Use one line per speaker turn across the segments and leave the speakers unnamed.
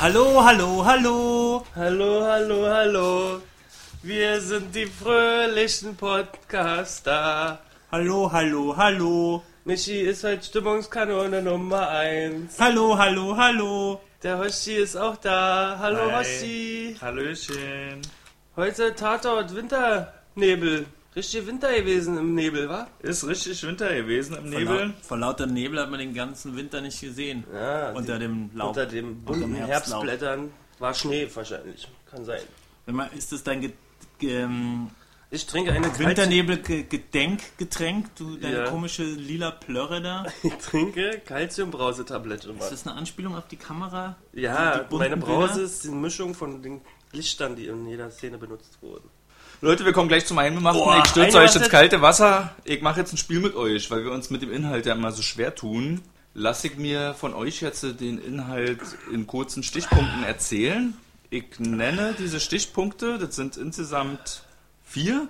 Hallo, hallo, hallo.
Hallo, hallo, hallo. Wir sind die fröhlichen Podcaster.
Hallo, hallo, hallo.
Michi ist heute Stimmungskanone Nummer 1.
Hallo, hallo, hallo.
Der Hoshi ist auch da. Hallo Hoshi.
Hallöchen.
Heute Tatort Winternebel. Richtig Winter gewesen im Nebel, wa?
Ist richtig Winter gewesen im
Vor
Nebel.
lau- Vor lauter Nebel hat man den ganzen Winter nicht gesehen.
Ja,
unter dem Laub.
Unter den
Unter
bunten
dem Herbstlaub.
Herbstblättern war Schnee wahrscheinlich. Kann sein.
Wenn man, ist das dein Ge Ge ähm,
Ich trinke eine kalte-
Winternebel-Gedenkgetränk? Du, deine
Ja.
komische lila Plörre da? Ist
Ich trinke Calciumbrausetablette. Mann.
das eine Anspielung auf die Kamera? Die- die
Ja,
bunten
meine Brause
Bilder?
ist die Mischung von den Lichtern, die in jeder Szene benutzt wurden.
Leute, wir kommen gleich zum Eingemachten.
Boah,
ich stürze euch
Eingemachte-
ins kalte Wasser. Ich mache jetzt ein Spiel mit euch, weil wir uns mit dem Inhalt ja immer so schwer tun. Lass ich mir von euch jetzt den Inhalt in kurzen Stichpunkten erzählen. Ich nenne diese Stichpunkte, das sind insgesamt vier.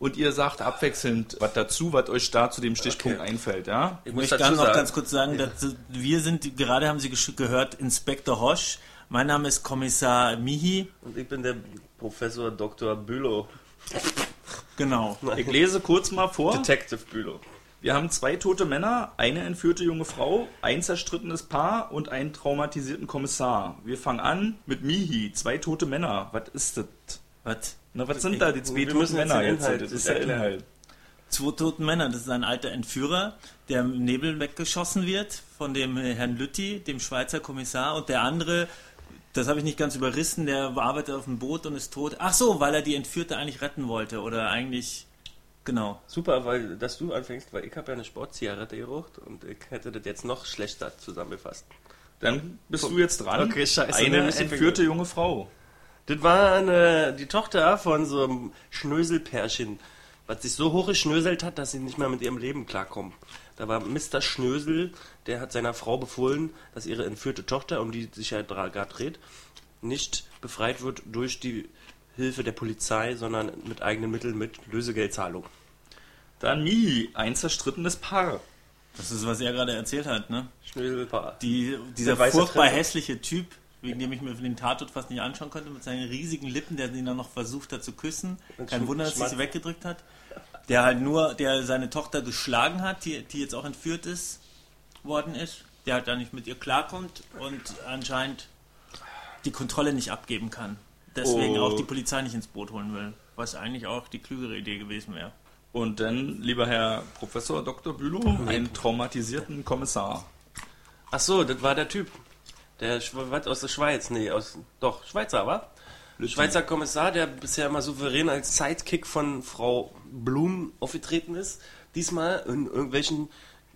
Und ihr sagt abwechselnd was dazu, was euch da zu dem Stichpunkt einfällt, ja?
Ich
Ich möchte gerne noch ganz kurz sagen, dass wir sind, gerade haben Sie gesch- gehört, Inspektor Hosch. Mein Name ist Kommissar Mihi.
Und ich bin der Professor Dr. Bülow.
Genau.
Ich lese kurz mal
Oh.
vor.
Detective Bülow.
Wir haben zwei tote Männer, eine entführte junge Frau, ein zerstrittenes Paar und einen traumatisierten Kommissar. Wir fangen an mit Mihi, zwei tote Männer. Was ist das?
Was?
Na, was sind da die zwei
wir
toten
müssen jetzt
Männer
den
jetzt?
Inhalt
Das ist der
erklären.
Inhalt.
Zwei toten Männer, das ist ein alter Entführer, der im Nebel weggeschossen wird von dem Herrn Lütti, dem Schweizer Kommissar, und der andere, das habe ich nicht ganz überrissen, der arbeitet auf dem Boot und ist tot. Ach so, weil er die Entführte eigentlich retten wollte oder eigentlich, genau.
Super, weil dass du anfängst, weil ich habe ja eine Sportzigarette gerucht und ich hätte das jetzt noch schlechter zusammengefasst.
Dann bist du jetzt dran.
Okay, scheiße,
eine
ne, ich bin
entführte junge Frau.
Das war eine, die Tochter von so einem Schnöselpärchen, was sich so hochgeschnöselt hat, dass sie nicht mehr mit ihrem Leben klarkommt. Da war Mr. Schnösel, der hat seiner Frau befohlen, dass ihre entführte Tochter, um die es sich ja dra- gerade dreht, nicht befreit wird durch die Hilfe der Polizei, sondern mit eigenen Mitteln mit Lösegeldzahlung.
Dann Mihi, ein zerstrittenes Paar.
Das ist, was er gerade erzählt hat, ne?
Schnöselpaar.
Die, dieser
weiße
furchtbar
Trense.
hässliche Typ, wegen dem ich mir den Tatort fast nicht anschauen konnte, mit seinen riesigen Lippen, der ihn dann noch versucht hat zu küssen. Kein
schon
Wunder, dass sie
schmatzt.
sie weggedrückt hat. Der halt nur, der seine Tochter geschlagen hat, die, die jetzt auch entführt ist, worden ist. Der halt da nicht mit ihr klarkommt und anscheinend die Kontrolle nicht abgeben kann. Deswegen
Oh.
auch die Polizei nicht ins Boot holen will. Was eigentlich auch die klügere Idee gewesen wäre.
Und dann, lieber Herr Professor Dr.
Oh,
Bülow, einen traumatisierten Kommissar.
Ach so, das war der Typ. Der Sch- was aus der Schweiz, nee, aus doch Schweizer, war? Schweizer Kommissar, der bisher immer souverän als Sidekick von Frau Blum aufgetreten ist, diesmal in irgendwelchen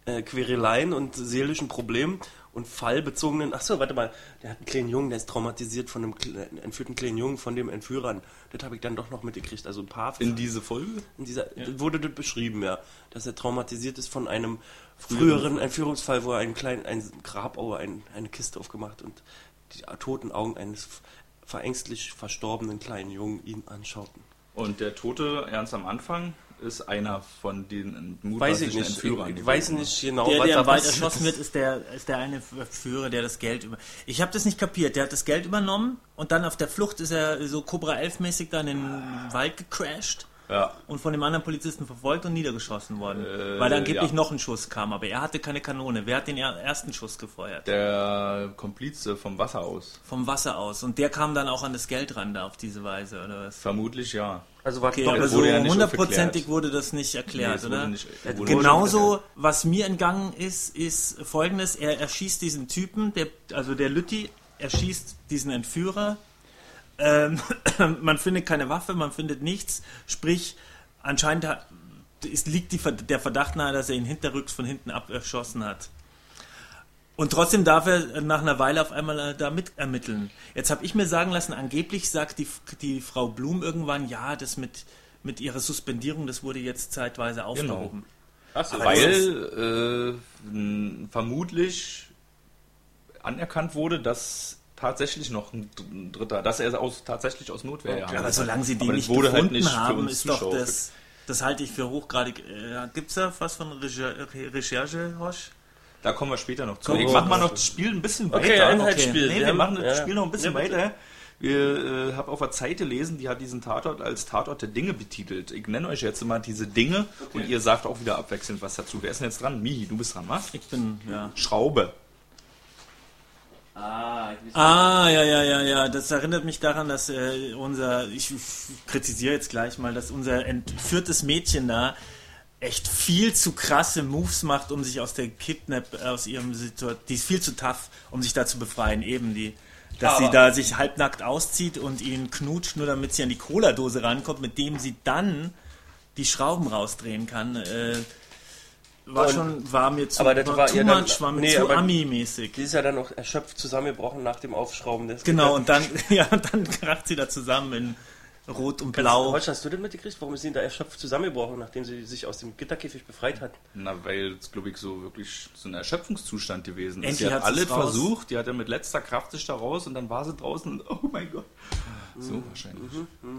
äh, Quereleien und seelischen Problemen und fallbezogenen. Ach so, warte mal, der hat einen kleinen Jungen, der ist traumatisiert von einem kle- entführten kleinen Jungen von dem Entführern. Das habe ich dann doch noch mitgekriegt, also ein paar
In diese Folge?
in dieser, wurde das beschrieben, ja, dass er traumatisiert ist von einem früheren Entführungsfall, wo er einen kleinen, ein Grab, oh, ein, eine Kiste aufgemacht und die toten Augen eines f- verängstlich verstorbenen kleinen Jungen ihn anschauten.
Und der Tote, ganz am Anfang, ist einer von den
Weiß
mutmaßlichen
ich nicht,
Entführern.
ich, ich weiß nicht genau,
Der, der
da
im Wald
passiert
erschossen
ist.
wird, ist der, ist der eine Führer, der das Geld über. Ich habe das nicht kapiert. Der hat das Geld übernommen und dann auf der Flucht ist er so Cobra 11-mäßig da in den Wald gecrashed
Ja.
und von dem anderen Polizisten verfolgt und niedergeschossen worden.
Äh,
weil angeblich
ja.
noch ein Schuss kam, aber er hatte keine Kanone. Wer hat den er- ersten Schuss gefeuert?
Der Komplize vom Wasser aus.
Vom Wasser aus. Und der kam dann auch an das Geld ran da auf diese Weise, oder was?
Vermutlich ja.
Also war
Okay,
doch-
aber so
wurde ja nicht
hundertprozentig
aufgeklärt.
wurde das nicht
Nee,
erklärt,
es wurde
oder?
nicht- es wurde
Genauso, was mir entgangen ist, ist folgendes: Er erschießt diesen Typen, der, also der Lütti erschießt diesen Entführer. Ähm, man findet keine Waffe, man findet nichts. Sprich, anscheinend hat, es liegt die, Verd- der Verdacht nahe, dass er ihn hinterrücks von hinten abgeschossen hat. Und trotzdem darf er nach einer Weile auf einmal äh, da mitermitteln. Jetzt habe ich mir sagen lassen, angeblich sagt die, die Frau Blum irgendwann, ja, das mit, mit ihrer Suspendierung, das wurde jetzt
Genau.
zeitweise aufgehoben.
Weil äh, m, vermutlich anerkannt wurde, dass tatsächlich noch ein dr- ein Dritter, dass er aus, tatsächlich aus Notwehr ja.
Aber solange sie die
Aber das
nicht
wurde
gefunden
halt nicht für
haben,
uns
ist doch
Zuschauer
das, das halte ich für hochgradig. Äh, Gibt es da was von Recher- Recherche, Hosch?
Da kommen wir später noch zu.
Kommen
Ich
wir
mach
noch
mal noch
zu.
das Spiel ein bisschen
Okay,
weiter.
Inhaltsspiel.
Nee,
Wir
wir,
haben-
machen das
ja,
Spiel noch ein bisschen
ja, bitte.
weiter. Wir äh, hab auf der Zeit gelesen, die hat diesen Tatort als Tatort der Dinge betitelt. Ich nenne euch jetzt mal diese Dinge und ihr sagt auch wieder abwechselnd was dazu. Wer ist denn jetzt dran? Mihi, du bist dran, was?
Ich bin, ja.
Schraube.
Ah, ich weiß
Ah, ja, ja, ja, ja. Das erinnert mich daran, dass äh, unser, ich kritisiere jetzt gleich mal, dass unser entführtes Mädchen da echt viel zu krasse Moves macht, um sich aus der Kidnap, äh, aus ihrem Situation, die ist viel zu tough, um sich da zu befreien, eben die. Dass
Aber-
sie da sich halbnackt auszieht und ihn knutscht, nur damit sie an die Cola-Dose rankommt, mit dem sie dann die Schrauben rausdrehen kann. Äh, war
Und-
schon, war mir zu,
aber das war
too
ihr dann-
much, war mir
nee,
zu
aber-
Ami-mäßig.
Die ist ja dann auch erschöpft zusammengebrochen nach dem Aufschrauben des
Genau, und dann, ja, und dann kracht sie da zusammen in Rot und Blau.
Holsch, hast du das mitgekriegt? Warum ist sie denn da erschöpft zusammengebrochen, nachdem sie sich aus dem Gitterkäfig befreit hat?
Na, weil es, glaube ich, so wirklich so ein Erschöpfungszustand gewesen ist.
Endlich
die hat
hat sie's
alles
raus.
versucht, die hat ja mit letzter Kraft sich da raus und dann war sie draußen und oh mein Gott. So wahrscheinlich.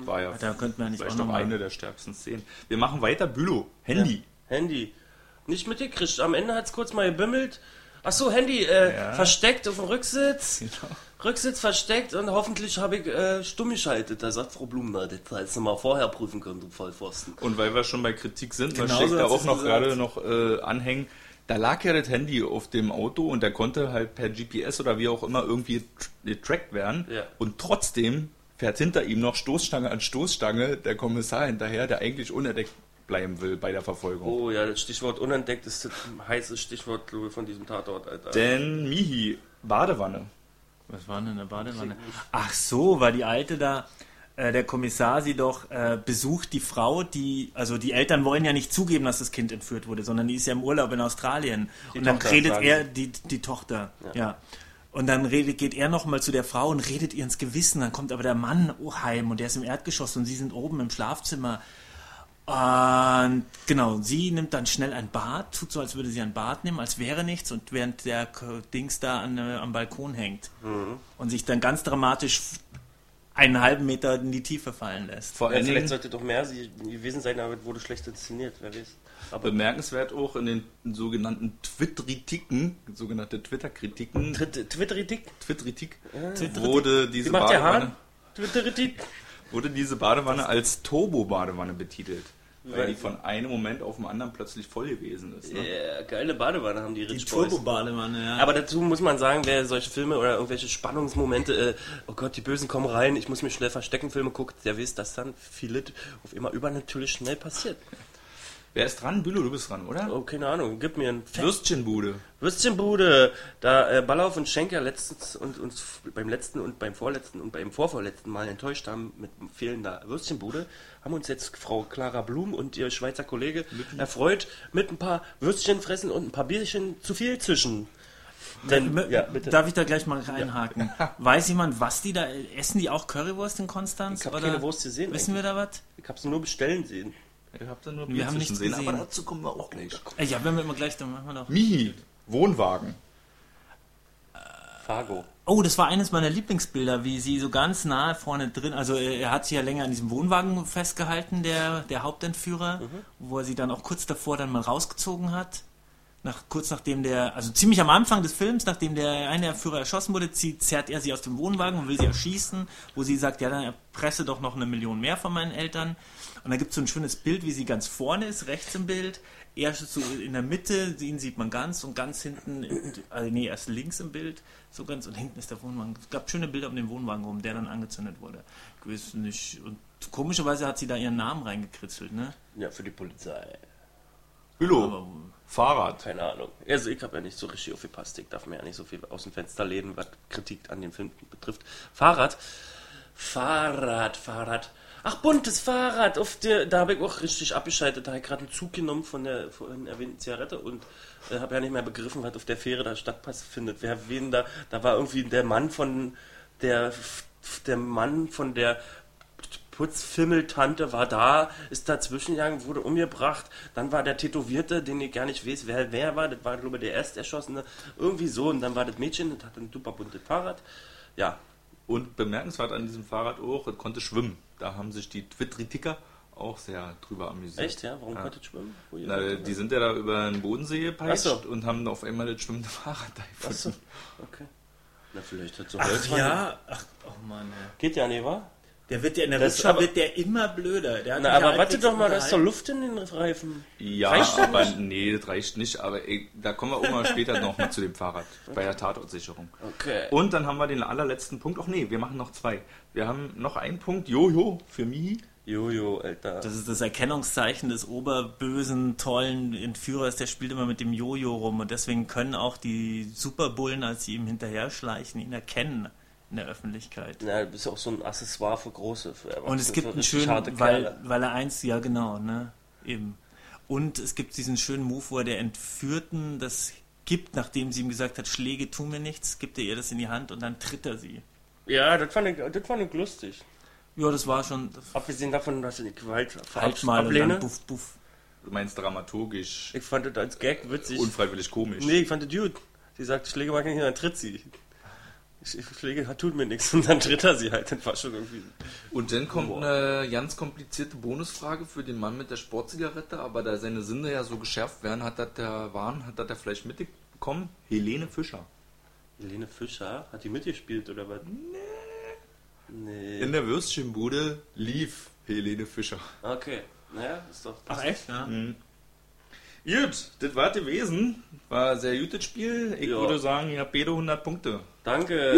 War ja
Da könnte man nicht auch
vielleicht noch
nochmal.
eine der stärksten Szenen. Wir machen weiter, Bülow. Handy.
Handy. Nicht mitgekriegt. Am Ende hat es kurz mal gebimmelt. Achso, Handy äh,
Ja. Genau.
versteckt auf dem Rücksitz. Rücksitz versteckt und hoffentlich habe ich äh, stumm geschaltet. Da sagt Frau Blum, na, das hättest du mal vorher prüfen können, du Vollpfosten.
Und weil wir schon bei Kritik sind, man
Genauso
steckt da
hat
auch
sie's
noch
gesagt.
gerade noch äh, anhängen. Da lag ja das Handy auf dem Auto und der konnte halt per GPS oder wie auch immer irgendwie tr- getrackt werden.
Ja.
Und trotzdem fährt hinter ihm noch Stoßstange an Stoßstange der Kommissar hinterher, der eigentlich unentdeckt bleiben will bei der Verfolgung.
Oh ja, das Stichwort unentdeckt ist das heiße Stichwort, glaube ich, von diesem Tatort, Alter.
Denn Mihi, Badewanne.
Was war denn in der Badewanne? Ach so, war die alte da. äh, Der Kommissar sie doch äh, besucht die Frau, die, also die Eltern wollen ja nicht zugeben, dass das Kind entführt wurde, sondern die ist ja im Urlaub in Australien. und dann
Tochter,
redet
sagen
er, die, die Tochter, ja. Und dann redet, geht er nochmal zu der Frau und redet ihr ins Gewissen. Dann kommt aber der Mann heim und der ist im Erdgeschoss und sie sind oben im Schlafzimmer. Und genau, sie nimmt dann schnell ein Bad, tut so, als würde sie ein Bad nehmen, als wäre nichts und während der K- Dings da an, äh, am Balkon hängt und sich dann ganz dramatisch f- einen halben Meter in die Tiefe fallen lässt.
Vor
ja,
allen
vielleicht
Dingen
sollte doch mehr sie gewesen sein, aber es wurde schlecht inszeniert, wer weiß. Aber
Ähm, bemerkenswert auch in den sogenannten Twitteritiken, sogenannte Twitter-Kritiken,
Twitter- Twitteritik,
Twitteritik,
Twitteritik.
wurde diese
die macht der
Badewanne...
Hahn. Twitteritik.
wurde diese Badewanne als Turbo-Badewanne betitelt. Weil die von einem Moment auf den anderen plötzlich voll gewesen ist. Ne?
Ja, geile Badewanne haben die Rich Boys.
Turbobadewanne, ne, ja.
Aber dazu muss man sagen, wer solche Filme oder irgendwelche Spannungsmomente, äh, oh Gott, die Bösen kommen rein, ich muss mich schnell verstecken, Filme guckt, der weiß, dass dann vieles auf immer übernatürlich schnell passiert.
Wer ist dran? Bülow, du bist dran, oder?
Oh, keine Ahnung, gib mir ein Fe-
Würstchenbude.
Würstchenbude. Da äh, Ballauf und Schenker letztens und uns f- beim letzten und beim vorletzten und beim vorvorletzten Mal enttäuscht haben mit fehlender Würstchenbude, haben uns jetzt Frau Clara Blum und ihr Schweizer Kollege erfreut mit ein paar Würstchen fressen und ein paar Bierchen zu viel zwischen. Denn,
M-
ja, bitte.
Darf ich da gleich mal reinhaken? Weiß jemand, was die da essen? Die auch Currywurst in Konstanz?
Ich hab
oder
keine Wurst gesehen
Wissen wir da was?
Ich hab's nur bestellen sehen.
Ihr habt da nur
Wir haben nichts
zwischensehen,
gesehen.
aber dazu kommen wir auch gleich.
Äh, Ja, wenn wir immer gleich, dann machen wir doch.
Mihi, Wohnwagen.
Fargo.
Oh, das war eines meiner Lieblingsbilder, wie sie so ganz nahe vorne drin, also äh, er hat sie ja länger an diesem Wohnwagen festgehalten, der, der Hauptentführer,
Mhm.
wo er sie dann auch kurz davor dann mal rausgezogen hat. Nach, kurz nachdem der, also ziemlich am Anfang des Films, nachdem der eine Entführer erschossen wurde, zieht, zerrt er sie aus dem Wohnwagen und will sie erschießen, wo sie sagt, ja, dann erpresse doch noch eine Million mehr von meinen Eltern. Und da gibt es so ein schönes Bild, wie sie ganz vorne ist, rechts im Bild. Er ist so in der Mitte, ihn sieht man ganz und ganz hinten, also nee, erst links im Bild, so ganz und hinten ist der Wohnwagen. Es gab schöne Bilder um den Wohnwagen rum, der dann angezündet wurde. Ich weiß nicht. Und komischerweise hat sie da ihren Namen reingekritzelt, ne?
Ja, für die Polizei.
Bülow, Fahrrad.
Keine Ahnung. Also ich habe ja nicht so richtig aufgepasst. Ich darf mir ja nicht so viel aus dem Fenster lehnen, was Kritik an den Film betrifft. Fahrrad. Fahrrad, Fahrrad. Ach, buntes Fahrrad. Auf der, da habe ich auch richtig abgeschaltet. Da habe ich gerade einen Zug genommen von der vorhin erwähnten Zigarette und äh, habe ja nicht mehr begriffen, was auf der Fähre da Stadtpass findet. Wer wen da, da war irgendwie der Mann von der, der Mann von der Putzfimmeltante war da, ist dazwischen gegangen, wurde umgebracht. Dann war der Tätowierte, den ich gar nicht weiß, wer wer war. Das war, glaube ich, der Ersterschossene. Irgendwie so. Und dann war das Mädchen, das hatte ein super buntes Fahrrad. Ja,
Und bemerkenswert an diesem Fahrrad auch, es konnte schwimmen. Da haben sich die Twitteritiker auch sehr drüber amüsiert.
Echt, ja? Warum
Ja.
konnte ich schwimmen? Wo ihr-
Na, die sind ja da über den Bodensee gepeitscht
Ach so.
und haben auf einmal das schwimmende Fahrrad da
Ach
gefunden.
so, okay. Na, vielleicht hat so
Ach
Holzmann-
ja, ach, oh Mann. ey.
Geht ja nicht, wa?
Der wird ja in der
Das-
Rutsche
aber-
wird der immer blöder. Der hat mich
Na,
ja halt
aber warte
halbwegs
doch mal, da ist doch
unterhalten.
Luft in den Reifen.
Ja,
Reicht das
aber nee, das reicht nicht. Aber ey, da kommen wir auch mal später noch mal zu dem Fahrrad bei der Tatortsicherung.
Okay.
Und dann haben wir den allerletzten Punkt. Ach nee, wir machen noch zwei. Wir haben noch einen Punkt. Jojo für mich.
Jojo, Alter.
Das ist das Erkennungszeichen des oberbösen, tollen Entführers, der spielt immer mit dem Jojo rum und deswegen können auch die Superbullen, als sie ihm hinterher schleichen, ihn erkennen in der Öffentlichkeit.
Na, du bist ja auch so ein Accessoire für große. Für
Und es
für-
gibt
für
einen
richtig
schönen,
harte
weil,
Kerle.
weil er eins, ja genau, ne, eben. Und es gibt diesen schönen Move, wo er der Entführten das gibt, nachdem sie ihm gesagt hat, Schläge tun mir nichts, gibt er ihr das in die Hand und dann tritt er sie.
Ja, das fand, ich, das fand ich lustig.
Ja, das war schon,
Abgesehen davon, dass ich die Gewalt
halt
verabsch-
mal und dann
ablehne.
buff, buff.
Du meinst dramaturgisch,
Ich fand das als Gag witzig.
unfreiwillig komisch.
nee, ich fand das gut. Sie sagt, Schläge mag ich nicht, dann tritt sie. Ich- ich- Schläge hat- tut mir nichts. Und dann tritt er sie halt. Das war schon irgendwie...
Und dann kommt eine ganz komplizierte Bonusfrage für den Mann mit der Sportzigarette, aber da seine Sinne ja so geschärft werden, hat das der Wahn, hat das der vielleicht mitbekommen? Helene Fischer.
Helene Fischer, hat die mitgespielt oder was? Nee.
In der Würstchenbude lief Helene Fischer.
Okay. Naja, ist doch...
Ach echt? Mhm. Ja.
Gut, das war gewesen. War ein sehr gutes Spiel. Ich
Ja.
würde sagen, ihr habt beide 100 Punkte.
Danke.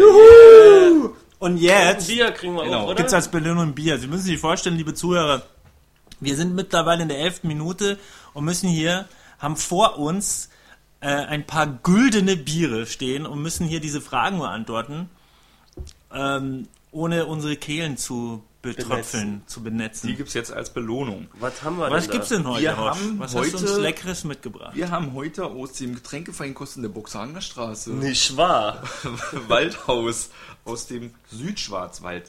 Und jetzt...
Bier kriegen wir
Genau.
auch, oder?
Gibt's als Belohnung ein Bier. Sie müssen sich vorstellen, liebe Zuhörer, wir sind mittlerweile in der elften Minute und müssen hier, haben vor uns äh, ein paar güldene Biere stehen und müssen hier diese Fragen beantworten, ähm, ohne unsere Kehlen zu betröpfeln, zu
Die
benetzen.
gibt's jetzt als Belohnung.
Was haben wir
Was
denn
gibt's
da?
denn heute,
Wir
Horst?
haben
Was hast
heute-
du uns Leckeres mitgebracht?
Wir haben heute aus dem Getränkefeinkost in der Buxhagener Straße
Nicht wahr?
Waldhaus aus dem Südschwarzwald.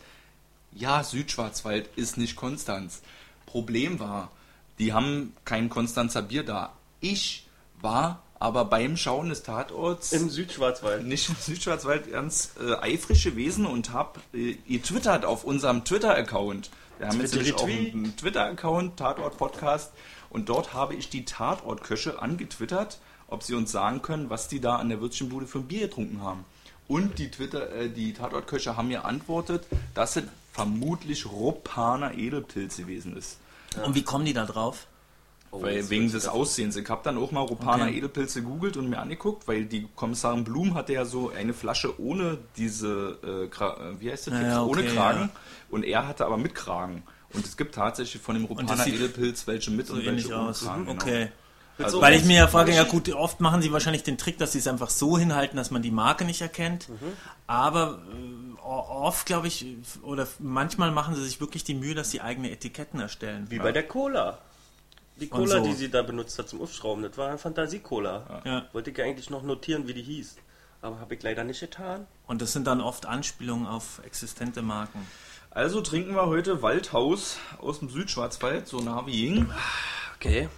Ja, Südschwarzwald ist nicht Konstanz. Problem war, die haben kein Konstanzer Bier da. Ich war aber beim Schauen des Tatorts
Im Südschwarzwald.
äh, nicht im Südschwarzwald ganz äh, eifrig gewesen und habe äh, getwittert auf unserem Twitter-Account. Wir haben jetzt nämlich auch
Twitteri-tweet.
einen Twitter-Account, Tatort-Podcast. Und dort habe ich die Tatort-Köche angetwittert, ob sie uns sagen können, was die da an der Würstchenbude für ein Bier getrunken haben. Und die, Twitter, äh, die Tatort-Köche haben mir antwortet, dass es vermutlich Rupaner Edelpilz gewesen ist.
Und wie kommen die da drauf? Oh,
Weil wegen des Aussehens. Ich habe dann auch mal Rupaner
Okay.
Edelpilze googelt und mir angeguckt, weil die Kommissarin Blum hatte ja so eine Flasche ohne diese, äh, Kra äh, wie heißt das,
Ja,
jetzt?
ja,
ohne
okay,
Kragen.
ja.
Und er hatte aber mit Kragen. Und es gibt tatsächlich von dem Rupaner
sieht
Edelpilz welche mit
So
und welche
ähnlich
ohne
aus.
Kragen. genau.
Okay.
Also,
Weil ich mir ja frage, ja gut, oft machen sie wahrscheinlich den Trick, dass sie es einfach so hinhalten, dass man die Marke nicht erkennt. Aber äh, o- oft, glaube ich, oder manchmal machen sie sich wirklich die Mühe, dass sie eigene Etiketten erstellen.
Wie bei der Cola. Die Cola,
so.
die sie da benutzt hat zum Aufschrauben, das war eine Fantasie-Cola.
Ja.
Wollte ich eigentlich noch notieren, wie die hieß. Aber habe ich leider nicht getan.
Und das sind dann oft Anspielungen auf existente Marken.
also trinken wir heute Waldhaus aus dem Südschwarzwald, so nah wie Ying.
Okay.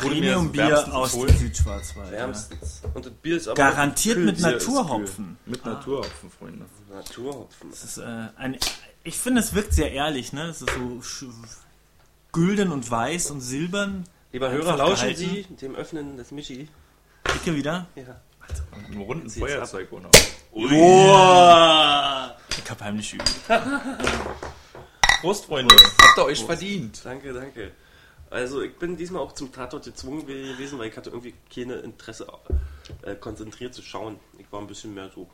Wurde mir
Premium-Bier
wärmstens
aus
empfohlen.
dem Südschwarzwald. Ja.
Wärmstens. Und das Bier ist aber
Garantiert mit
Bier ist
Naturhopfen. Ah.
kühl. Mit Naturhopfen, Freunde.
Naturhopfen.
Das ist, äh, ein, ich finde, es wirkt sehr ehrlich. Ne? Es ist so sch- gülden und weiß und silbern.
Lieber
Einfach
Hörer, lauschen Sie
gehalten.
dem Öffnen des Michi.
Dicke wieder.
Ja.
Ein runden
jetzt ab.
Feuerzeug, oder?
Ich habe heimlich üben.
Prost, Freunde. Habt ihr euch verdient.
Danke, danke. Also ich bin diesmal auch zum Tatort gezwungen gewesen, weil ich hatte irgendwie keine Interesse äh, konzentriert zu schauen. Ich war ein bisschen mehr so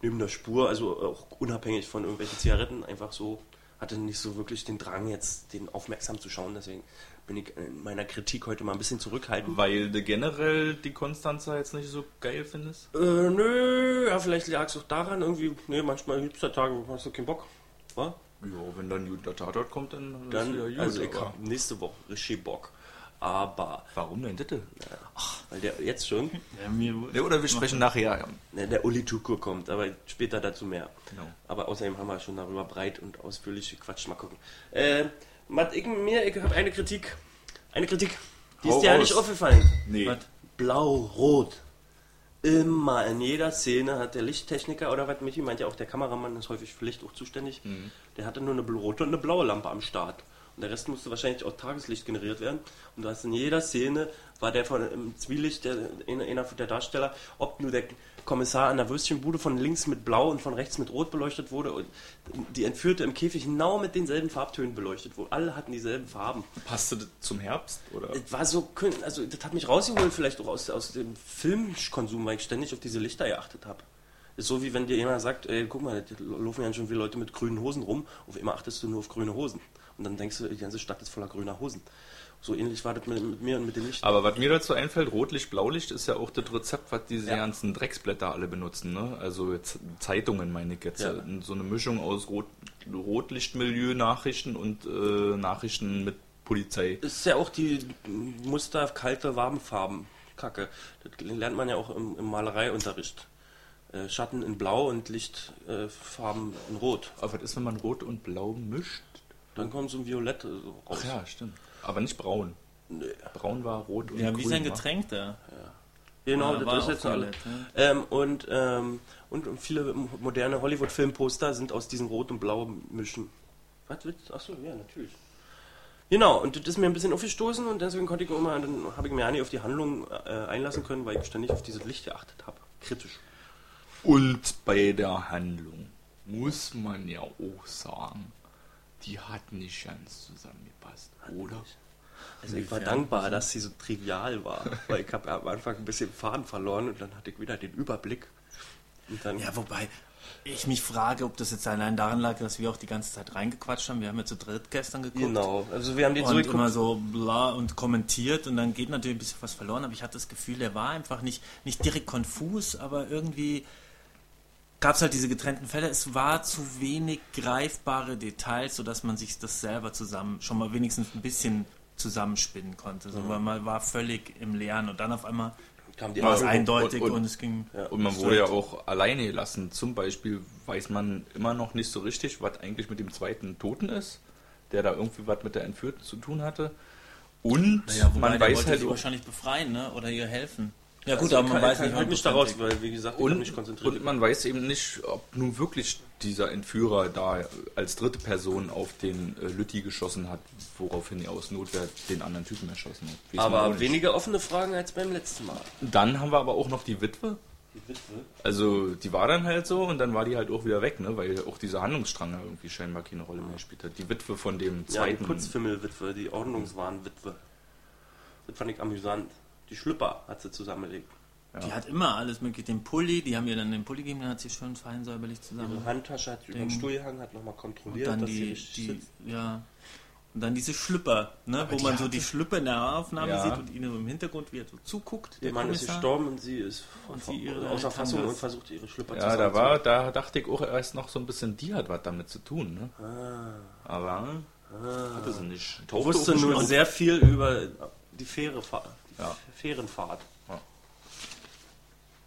neben der Spur, also auch unabhängig von irgendwelchen Zigaretten, einfach so, hatte nicht so wirklich den Drang jetzt, den aufmerksam zu schauen. Deswegen bin ich in meiner Kritik heute mal ein bisschen zurückhaltend.
Weil du generell die Konstanzer jetzt nicht so geil findest?
Äh, nö, ja, vielleicht lag es auch daran, irgendwie, nee, manchmal gibt es da Tage, wo hast du keinen Bock. Wa?
Ja, wenn dann der Tatort kommt, dann,
Dann, also ich
aber-
hab nächste Woche richtig Bock. Aber,
Warum denn bitte?
weil der jetzt schon,
Ja, mir wohl.
Ja, oder wir sprechen nachher. ja.
Ne, der Uli Tukur kommt, aber später dazu mehr.
Genau.
Aber außerdem haben wir schon darüber breit und ausführlich gequatscht. Mal gucken. Äh, Matt, ich, mir, ich habe eine Kritik. Eine Kritik. Die
Hau
ist dir ja
raus.
nicht aufgefallen.
Nee.
Was?
Blau-Rot. Immer in jeder Szene hat der Lichttechniker oder was Michi meint ja auch, der Kameramann ist häufig für Licht auch zuständig. Der hatte nur eine rote und eine blaue Lampe am Start. Und der Rest musste wahrscheinlich auch Tageslicht generiert werden. Und du hast in jeder Szene, war der von im Zwielicht, der, einer einer der Darsteller, ob nur der Kommissar an der Würstchenbude von links mit Blau und von rechts mit Rot beleuchtet wurde und die Entführte im Käfig genau mit denselben Farbtönen beleuchtet wurde. Alle hatten dieselben Farben.
Passte das zum Herbst? Oder?
Es war so, kün- also das hat mich rausgeholt vielleicht auch aus, aus dem Filmkonsum, weil ich ständig auf diese Lichter geachtet habe. Ist so wie wenn dir jemand sagt, ey, guck mal, da laufen ja schon viele Leute mit grünen Hosen rum, auf immer achtest du nur auf grüne Hosen. Und dann denkst du, die ganze Stadt ist voller grüner Hosen. So ähnlich war das mit, mit mir und mit dem Licht.
Aber was mir dazu einfällt, Rotlicht, Blaulicht ist ja auch das Rezept, was diese ganzen Drecksblätter alle benutzen. Ne? Also jetzt Zeitungen meine ich jetzt.
Ja.
äh, So eine Mischung aus Rot Rotlichtmilieu-Nachrichten und äh, Nachrichten mit Polizei.
ist ja auch die Muster kalte, warme Farben. Kacke. Das lernt man ja auch im, im Malereiunterricht. Äh, Schatten in Blau und Lichtfarben äh, Farben in Rot.
Aber was ist, wenn man Rot und Blau mischt?
Dann kommt so ein Violett äh, so raus.
Ach ja, stimmt. Aber nicht braun.
Nee.
Braun war rot und
Ja, wie
grün ne?
sein
war.
Getränk da.
Genau,
Ja, war
das ist
auch
jetzt alle.
Violett, ne?
Ähm, und, ähm, und viele moderne Hollywood-Filmposter sind aus diesen Rot- und Blau-Mischen. Was willst du? Achso, ja, natürlich. Genau, und das ist mir ein bisschen aufgestoßen und deswegen konnte ich auch mal, dann habe ich mir ja nicht auf die Handlung äh, einlassen können, weil ich ständig auf dieses Licht geachtet habe. Kritisch.
Und bei der Handlung muss man ja auch sagen, die hat nicht ganz zusammengepasst, oder?
Also ich war dankbar, dass sie so trivial war, weil ich habe am Anfang ein bisschen Faden verloren und dann hatte ich wieder den Überblick. Und dann,
Ja, wobei ich mich frage, ob das jetzt allein daran lag, dass wir auch die ganze Zeit reingequatscht haben. Wir haben ja zu dritt gestern geguckt.
genau. Also wir haben den so
Und immer
geguckt.
so bla und kommentiert und dann geht natürlich ein bisschen was verloren, aber ich hatte das Gefühl, der war einfach nicht, nicht direkt konfus, aber irgendwie gab es halt diese getrennten Fälle. Es war zu wenig greifbare Details, sodass man sich das selber zusammen, schon mal wenigstens ein bisschen zusammenspinnen konnte. So, Weil man war völlig im Leeren und dann auf einmal
Kam die
war es
und-
eindeutig und,
und-
es ging.
Und man wurde ja auch alleine gelassen. Zum Beispiel weiß man immer noch nicht so richtig, was eigentlich mit dem zweiten Toten ist, der da irgendwie was mit der Entführten zu tun hatte. Und man weiß halt
sie
auch,
wahrscheinlich befreien ne? oder ihr helfen. Ja gut,
Also
aber man
kann-
weiß
kann-
nicht,
halt mich da raus, weil wie gesagt, ich hab mich
und,
konzentriert.
und man weiß eben nicht, ob nun wirklich dieser Entführer da als dritte Person auf den äh, Lütti geschossen hat, woraufhin er aus Notwehr den anderen Typen erschossen hat. Weiß man auch
aber
nicht.
weniger offene Fragen als beim letzten Mal.
Dann haben wir aber auch noch die Witwe.
Die Witwe.
Also die war dann halt so und dann war die halt auch wieder weg, ne? Weil auch dieser Handlungsstrang ja irgendwie scheinbar keine Rolle mehr gespielt hat. Die Witwe von dem
Ja, die
zweiten.
Putzfimmelwitwe, die Ordnungswahnwitwe. Das fand ich amüsant. Die Schlüpper hat sie zusammengelegt.
Die hat immer alles mögliche, den Pulli, die haben ihr dann den Pulli gegeben, dann hat sie schön fein säuberlich zusammen.
Ihre Handtasche hat sie über den Stuhl gehangen, hat nochmal kontrolliert,
Mhm. dann
dass sie
die,
richtig
die
sitzt.
ja. Und dann diese Schlüpper, ne, wo
die
man so
hatte-
die Schlüpper in der Aufnahme
Ja.
sieht und ihnen im Hintergrund wie er so zuguckt.
Der Mann ist
Kommissar.
gestorben und sie ist
Und sie ihre
außer
Tangas.
Fassung und versucht ihre Schlüpper
ja, da
zusammenzu-
war, da dachte ich auch erst noch so ein bisschen, die hat was damit zu tun, ne? Aber hatte sie nicht.
Ich
Tauchte
Ah. wusste
auch nicht
nur
auf.
sehr viel über die Fähre, die
Ja.
Fährenfahrt.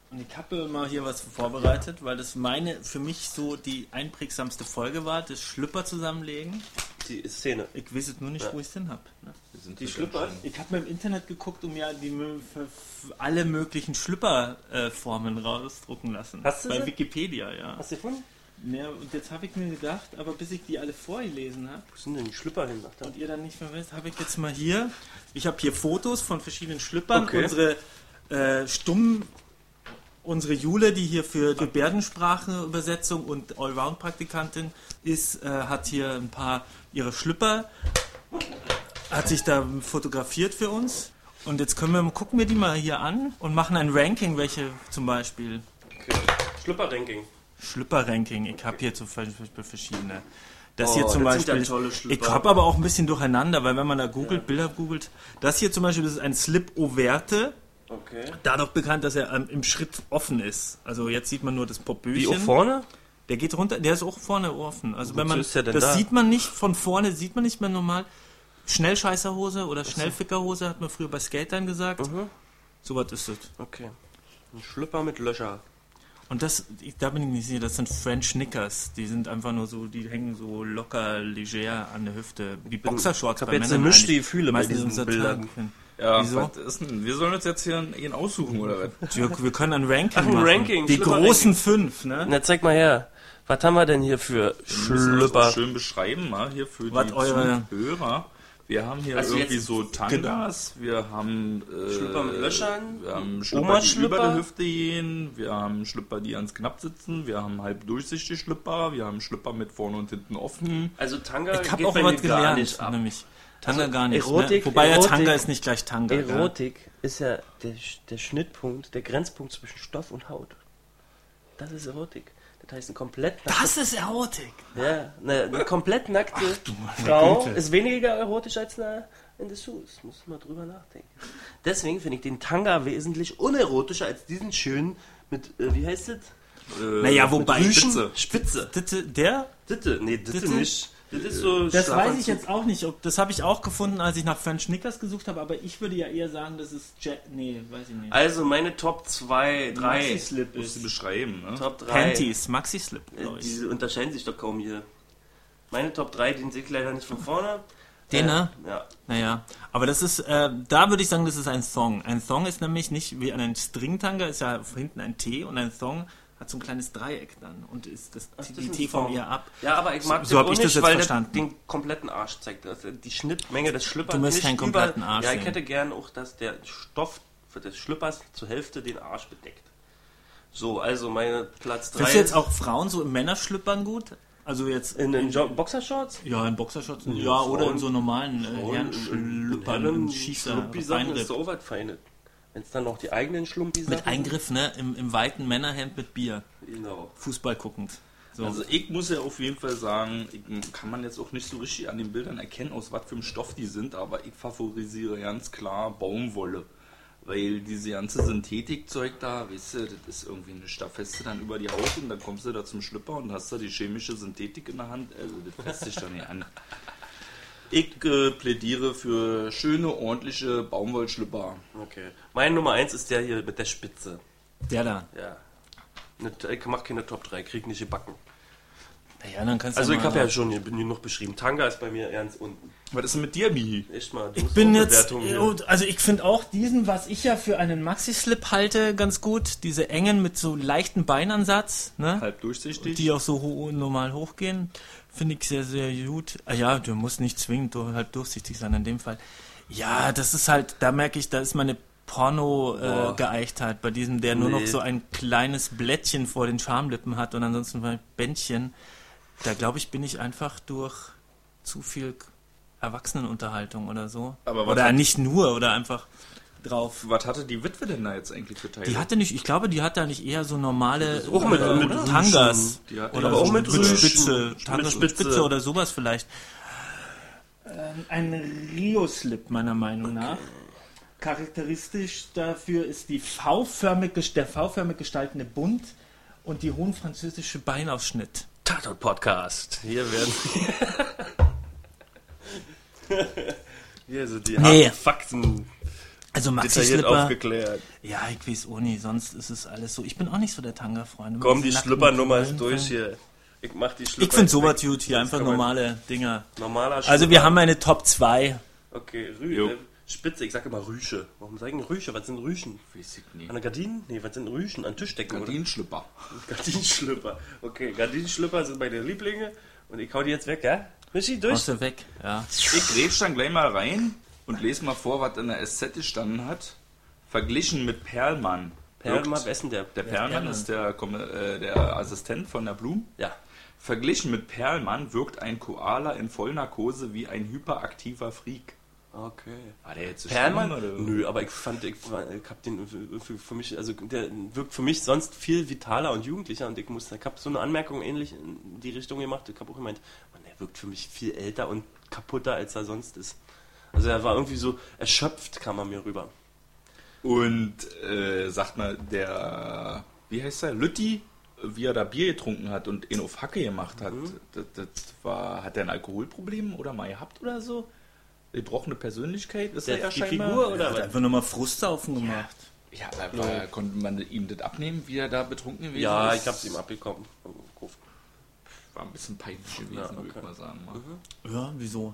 Und ich habe mal hier was vorbereitet, weil das meine für mich so die einprägsamste Folge war, das Schlüpper zusammenlegen.
Die Szene.
Ich weiß jetzt nur nicht, wo ich es denn habe. Ne?
Wir sind
Die
so
Schlüpper,
ganz schön-
Ich habe mal im Internet geguckt und mir die, für, für alle möglichen Schlüpperformen äh, Formen rausdrucken lassen.
Hast du
Bei
sie?
Wikipedia, ja.
hast du gefunden?
ja und jetzt habe ich mir gedacht, aber bis ich die alle vorgelesen habe,
Wo sind denn die Schlüpper hin? Sagt er.
und ihr dann nicht mehr wisst, habe ich jetzt mal hier. Ich habe hier Fotos von verschiedenen Schlüppern.
Okay.
Unsere äh, Stumm, unsere Jule, die hier für die Gebärdensprache-Übersetzung und Allround-Praktikantin ist, äh, hat hier ein paar ihre Schlüpper, hat sich da fotografiert für uns. Und jetzt können wir gucken wir die mal hier an und machen ein Ranking, welche zum Beispiel
Okay. Schlüpper-Ranking.
Schlüpper-Ranking. Ich habe hier zum Beispiel verschiedene. Das
Oh,
hier zum
das sind ja
Beispiel.
tolle Schlüpper.
ich habe aber auch ein bisschen durcheinander, weil wenn man da googelt, Bilder googelt, das hier zum Beispiel, das ist ein Slip Overte,
Okay.
dadurch bekannt, dass er ähm, im Schritt offen ist. Also jetzt sieht man nur das
Die auch
Popöchen.
vorne?
Der geht runter, der ist auch vorne offen. Also wenn man
ist der denn
das
da?
sieht man nicht von vorne, sieht man nicht mehr normal. Schnellscheißerhose oder Schnellfickerhose hat man früher bei Skatern gesagt.
Mhm.
So was ist das.
Okay. Ein Schlüpper mit Löcher.
Und das, ich, da bin ich nicht sicher, das sind French Knickers. Die sind einfach nur so, die hängen so locker, leger an der Hüfte. Wie Boxershorts
Oh, ich hab jetzt gemischte Gefühle bei
meistens
diesen
im Satin
Bildern.
finden.
Ja,
Wieso?
was ist denn? Wir sollen uns jetzt hier einen, einen aussuchen, oder was?
Dirk, wir können ein Ranking
Ach, ein
machen.
Ranking,
Die
Schlüpper-
großen fünf, ne?
Na, zeig mal her. Was haben wir denn hier für
Wir müssen das auch
Schlüpper?
schön beschreiben, mal hier für
Was
die
eure-
Hörer. Wir haben hier
Also
irgendwie
jetzt-
so Tangas, wir haben äh,
Schlüpper mit Löchern,
wir haben Schlüpper, die
Oma-Schlüpper.
über der Hüfte gehen, wir haben Schlüpper, die ans Knapp sitzen, wir haben halb durchsichtige Schlüpper, wir haben Schlüpper mit vorne und hinten offen.
Also Tanga
Ich habe
geht
auch
bei mir
was
gar
gelernt,
nicht ab.
nämlich. Tanga
Also,
gar nicht. ne?
Erotik-
Wobei ja
Erotik-
Tanga ist nicht gleich Tanga. Ja.
Erotik ist ja der, der Schnittpunkt, der Grenzpunkt zwischen Stoff und Haut. Das ist Erotik. Das heißt, ein komplett
Das ist Erotik.
Ja, eine, eine komplett nackte Frau
Güte.
ist weniger erotisch als eine in Dessous. Muss man drüber nachdenken. Deswegen finde ich den Tanga wesentlich unerotischer als diesen schönen mit, äh, wie heißt das?
Äh,
Naja, wobei-
Spitze.
Spitze.
Ditte- Der?
Ditte. Nee, Ditte,
Ditte?
nicht. Das ist so
Das
Schlafanzug.
weiß ich jetzt auch nicht. Ob, das habe ich auch gefunden, als ich nach French Knickers gesucht habe, aber ich würde ja eher sagen, das ist Jet. Nee, weiß ich nicht.
Also meine Top 2, 3.
Maxi-Slip
Musst du
ist.
beschreiben, ne?
Top 3.
Panties, Maxi-Slip, glaub ich.
Die unterscheiden sich doch kaum hier. Meine Top 3, den sehe ich leider nicht von vorne.
Den, ne?
Äh, ja.
Naja, aber das ist, äh, da würde ich sagen, das ist ein Song. Ein Song ist nämlich nicht wie ein Stringtanga, ist ja hinten ein T und ein Song hat so ein kleines Dreieck dann und ist das,
Ach, das
die
ist
T
ein
vom
Song.
ihr ab.
Ja, aber ich mag
So
den
hab
auch
ich das
nicht,
jetzt
weil
verstanden.
der den kompletten Arsch zeigt. Also die Schnittmenge des Schlüppers.
Du möchtest
nicht
keinen
über-
kompletten Arsch
Ja, ich
sehen.
hätte gern auch, dass der Stoff für des Schlüppers zur Hälfte den Arsch bedeckt. So, also meine Platz 3
Findest du jetzt auch Frauen so in Männerschlüppern gut? Also jetzt
in den jo Boxershorts. Oh,
ja, in Boxershorts, ja, oder in so normalen äh, Herrenschlüppern, in Schießer,
Schluppi-Sachen
Beinripp.
ist so was Feines. Wenn es dann noch die eigenen Schlumpi-Sachen
Mit Eingriff, ne? Im, Im weiten Männerhemd mit Bier,
Genau.
Fußball guckend. So.
Also ich muss ja auf jeden Fall sagen, ich, kann man jetzt auch nicht so richtig an den Bildern erkennen, aus was für einem Stoff die sind, aber ich favorisiere ganz klar Baumwolle. Weil diese ganze Synthetikzeug da, weißt du, das ist irgendwie eine Staffeste dann über die Haut und dann kommst du da zum Schlüpper und hast da die chemische Synthetik in der Hand. Also das fässt sich doch nicht an. Ich äh, plädiere für schöne, ordentliche Baumwollschlüpper.
Okay. Mein Nummer 1 ist der hier mit der Spitze.
der da.
Ja. Ne- Ich mach keine Top 3, krieg nicht gebacken.
Naja, dann kannst du
Also ich
mal-
habe ja schon genug beschrieben. Tanga ist bei mir ganz unten.
Was ist denn mit dir, Mihi?
Echt mal.
Ich bin jetzt, also ich finde auch diesen, was ich ja für einen Maxi-Slip halte, ganz gut. Diese engen mit so leichten Beinansatz, ne?
Halb durchsichtig?
die auch so ho normal hochgehen, finde ich sehr, sehr gut. Ah ja, der muss nicht zwingend du- halt durchsichtig sein in dem Fall. Ja, das ist halt, da merke ich, da ist meine Porno äh,
Boah.
Geeichtheit bei diesem, der nur
Nee.
noch so ein kleines Blättchen vor den Schamlippen hat und ansonsten ein Bändchen. Da glaube ich, bin ich einfach durch zu viel Erwachsenenunterhaltung oder so.
Aber was
oder
hat-
nicht nur, oder einfach drauf.
Was hatte die Witwe denn da jetzt eigentlich für Teile?
Die hatte nicht, ich glaube, die hatte nicht eher so normale
Auch mit-
äh,
mit
Tangas.
Die hat-
Oder
ja,
so
auch mit Rüschen.
Spitze. Tangas mit
Spitze.
Spitze oder sowas vielleicht. Äh, Ein Rio-Slip meiner Meinung nach. Charakteristisch dafür ist die V-förmig, der V-förmig gestaltende Bund und die hohen französische Beinausschnitt.
Tatort Podcast. Hier werden. Hier sind die
Nee.
harten Fakten
Also
detailliert
Maxi-Slipper,
aufgeklärt.
ja, ich weiß auch nie, sonst ist es alles so. Ich bin auch nicht so der Tanga-Freund.
Komm,
Mit
die
nackten
Schluppernummer
Beinen.
ist durch hier. Ich mach die Schlüpper.
Ich finde sowas
jetzt weg.
gut, hier einfach
kann man-
normale Dinger.
Normaler Schlüpper.
Also wir haben eine Top 2.
Okay,
Jo.
Rühe. Spitze, ich sag immer Rüsche. Warum sagen Rüsche? Was sind Rüschen?
Weiß ich nicht.
An der Gardinen? Nee, was sind Rüschen? An Tischdecken, oder?
Gardinenschlüpper.
Gardinenschlüpper. Okay, Gardinenschlüpper sind meine Lieblinge. Und ich hau die jetzt weg, ja? Michi, durch?
Außer weg, ja.
Ich grätsch dann gleich mal rein und lese mal vor, was in der SZ gestanden hat. Verglichen mit Perlmann.
Perlmann,
Wirkt-
wer ist denn der?
Der Perlmann
Perlmann.
ist der, Kom- äh, der Assistent von der Blum.
Ja.
Verglichen mit Perlmann wirkt ein Koala in Vollnarkose wie ein hyperaktiver Freak.
Okay.
War der jetzt so
Perlmann?
schlimm, oder?
Nö, aber ich fand, ich, ich hab den für, für mich, also der wirkt für mich sonst viel vitaler und jugendlicher und ich muss, ich hab so eine Anmerkung ähnlich in die Richtung gemacht. Ich hab auch gemeint, man, der wirkt für mich viel älter und kaputter, als er sonst ist. Also er war irgendwie so erschöpft, kam er mir rüber.
Und äh, sagt mal, der, wie heißt der, Lütti, wie er da Bier getrunken hat und ihn auf Hacke gemacht hat,
Mhm.
das, das war, hat er ein Alkoholproblem oder mal gehabt oder so? Gebrochene Persönlichkeit ist
Der,
er ja
die
scheinbar.
Figur oder
Er hat
was?
einfach nochmal Frusthaufen gemacht.
Ja, aber war, konnte man ihm das abnehmen, wie er da betrunken gewesen
Ja,
ist?
ich hab's ihm abbekommen.
War ein bisschen peinlich gewesen,
Ja,
würde ich
okay.
ne?
Mhm.
mal sagen. Mal.
Ja, wieso?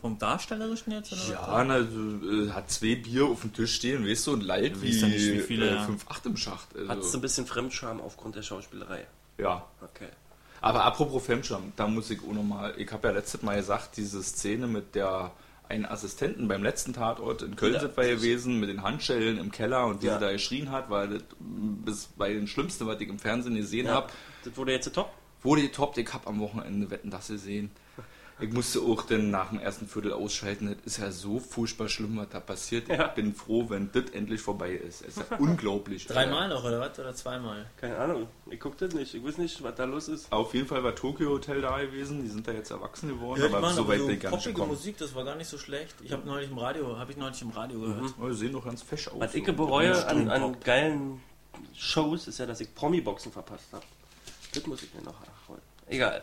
Vom Darstellerischen jetzt? Oder?
Ja, na, du, äh, hat zwei Bier auf dem Tisch stehen, weißt du, und leid
Ja, weißt
wie,
ja nicht, wie viele,
äh,
ja.
5-8 im Schacht.
Hat es
Also,
ein bisschen Fremdscham aufgrund der Schauspielerei.
ja.
Okay.
Aber apropos Femscham, da muss ich auch nochmal, ich habe ja letztes Mal gesagt, diese Szene mit der einen Assistenten beim letzten Tatort in Köln
Ja.
sind wir gewesen, mit den Handschellen im Keller und wie
Ja.
sie da geschrien hat, weil das bis bei den Schlimmsten, was ich im Fernsehen gesehen
Ja.
habe,
Das wurde jetzt top.
wurde getoppt, ich habe am Wochenende Wetten, das gesehen. Ich musste auch dann nach dem ersten Viertel ausschalten, das ist ja so furchtbar schlimm, was da passiert.
Ja.
Ich bin froh, wenn das endlich vorbei ist. Es ist ja unglaublich.
Dreimal noch, oder was? Oder zweimal?
Keine Ahnung. Ich guck das nicht. Ich weiß nicht, was da los ist.
Auf jeden Fall war Tokyo Hotel da gewesen, die sind da jetzt erwachsen geworden, aber
man,
so weit bin ich gar
also
nicht
poppige
gekommen.
Musik, das war gar nicht so schlecht. Ich habe neulich im Radio, habe ich neulich im Radio gehört.
Oh, sehen doch ganz fesch aus.
Was ich
so.
bereue an, an geilen Shows ist ja, dass ich Promi-Boxen verpasst habe. Das muss ich mir noch nachholen. Egal.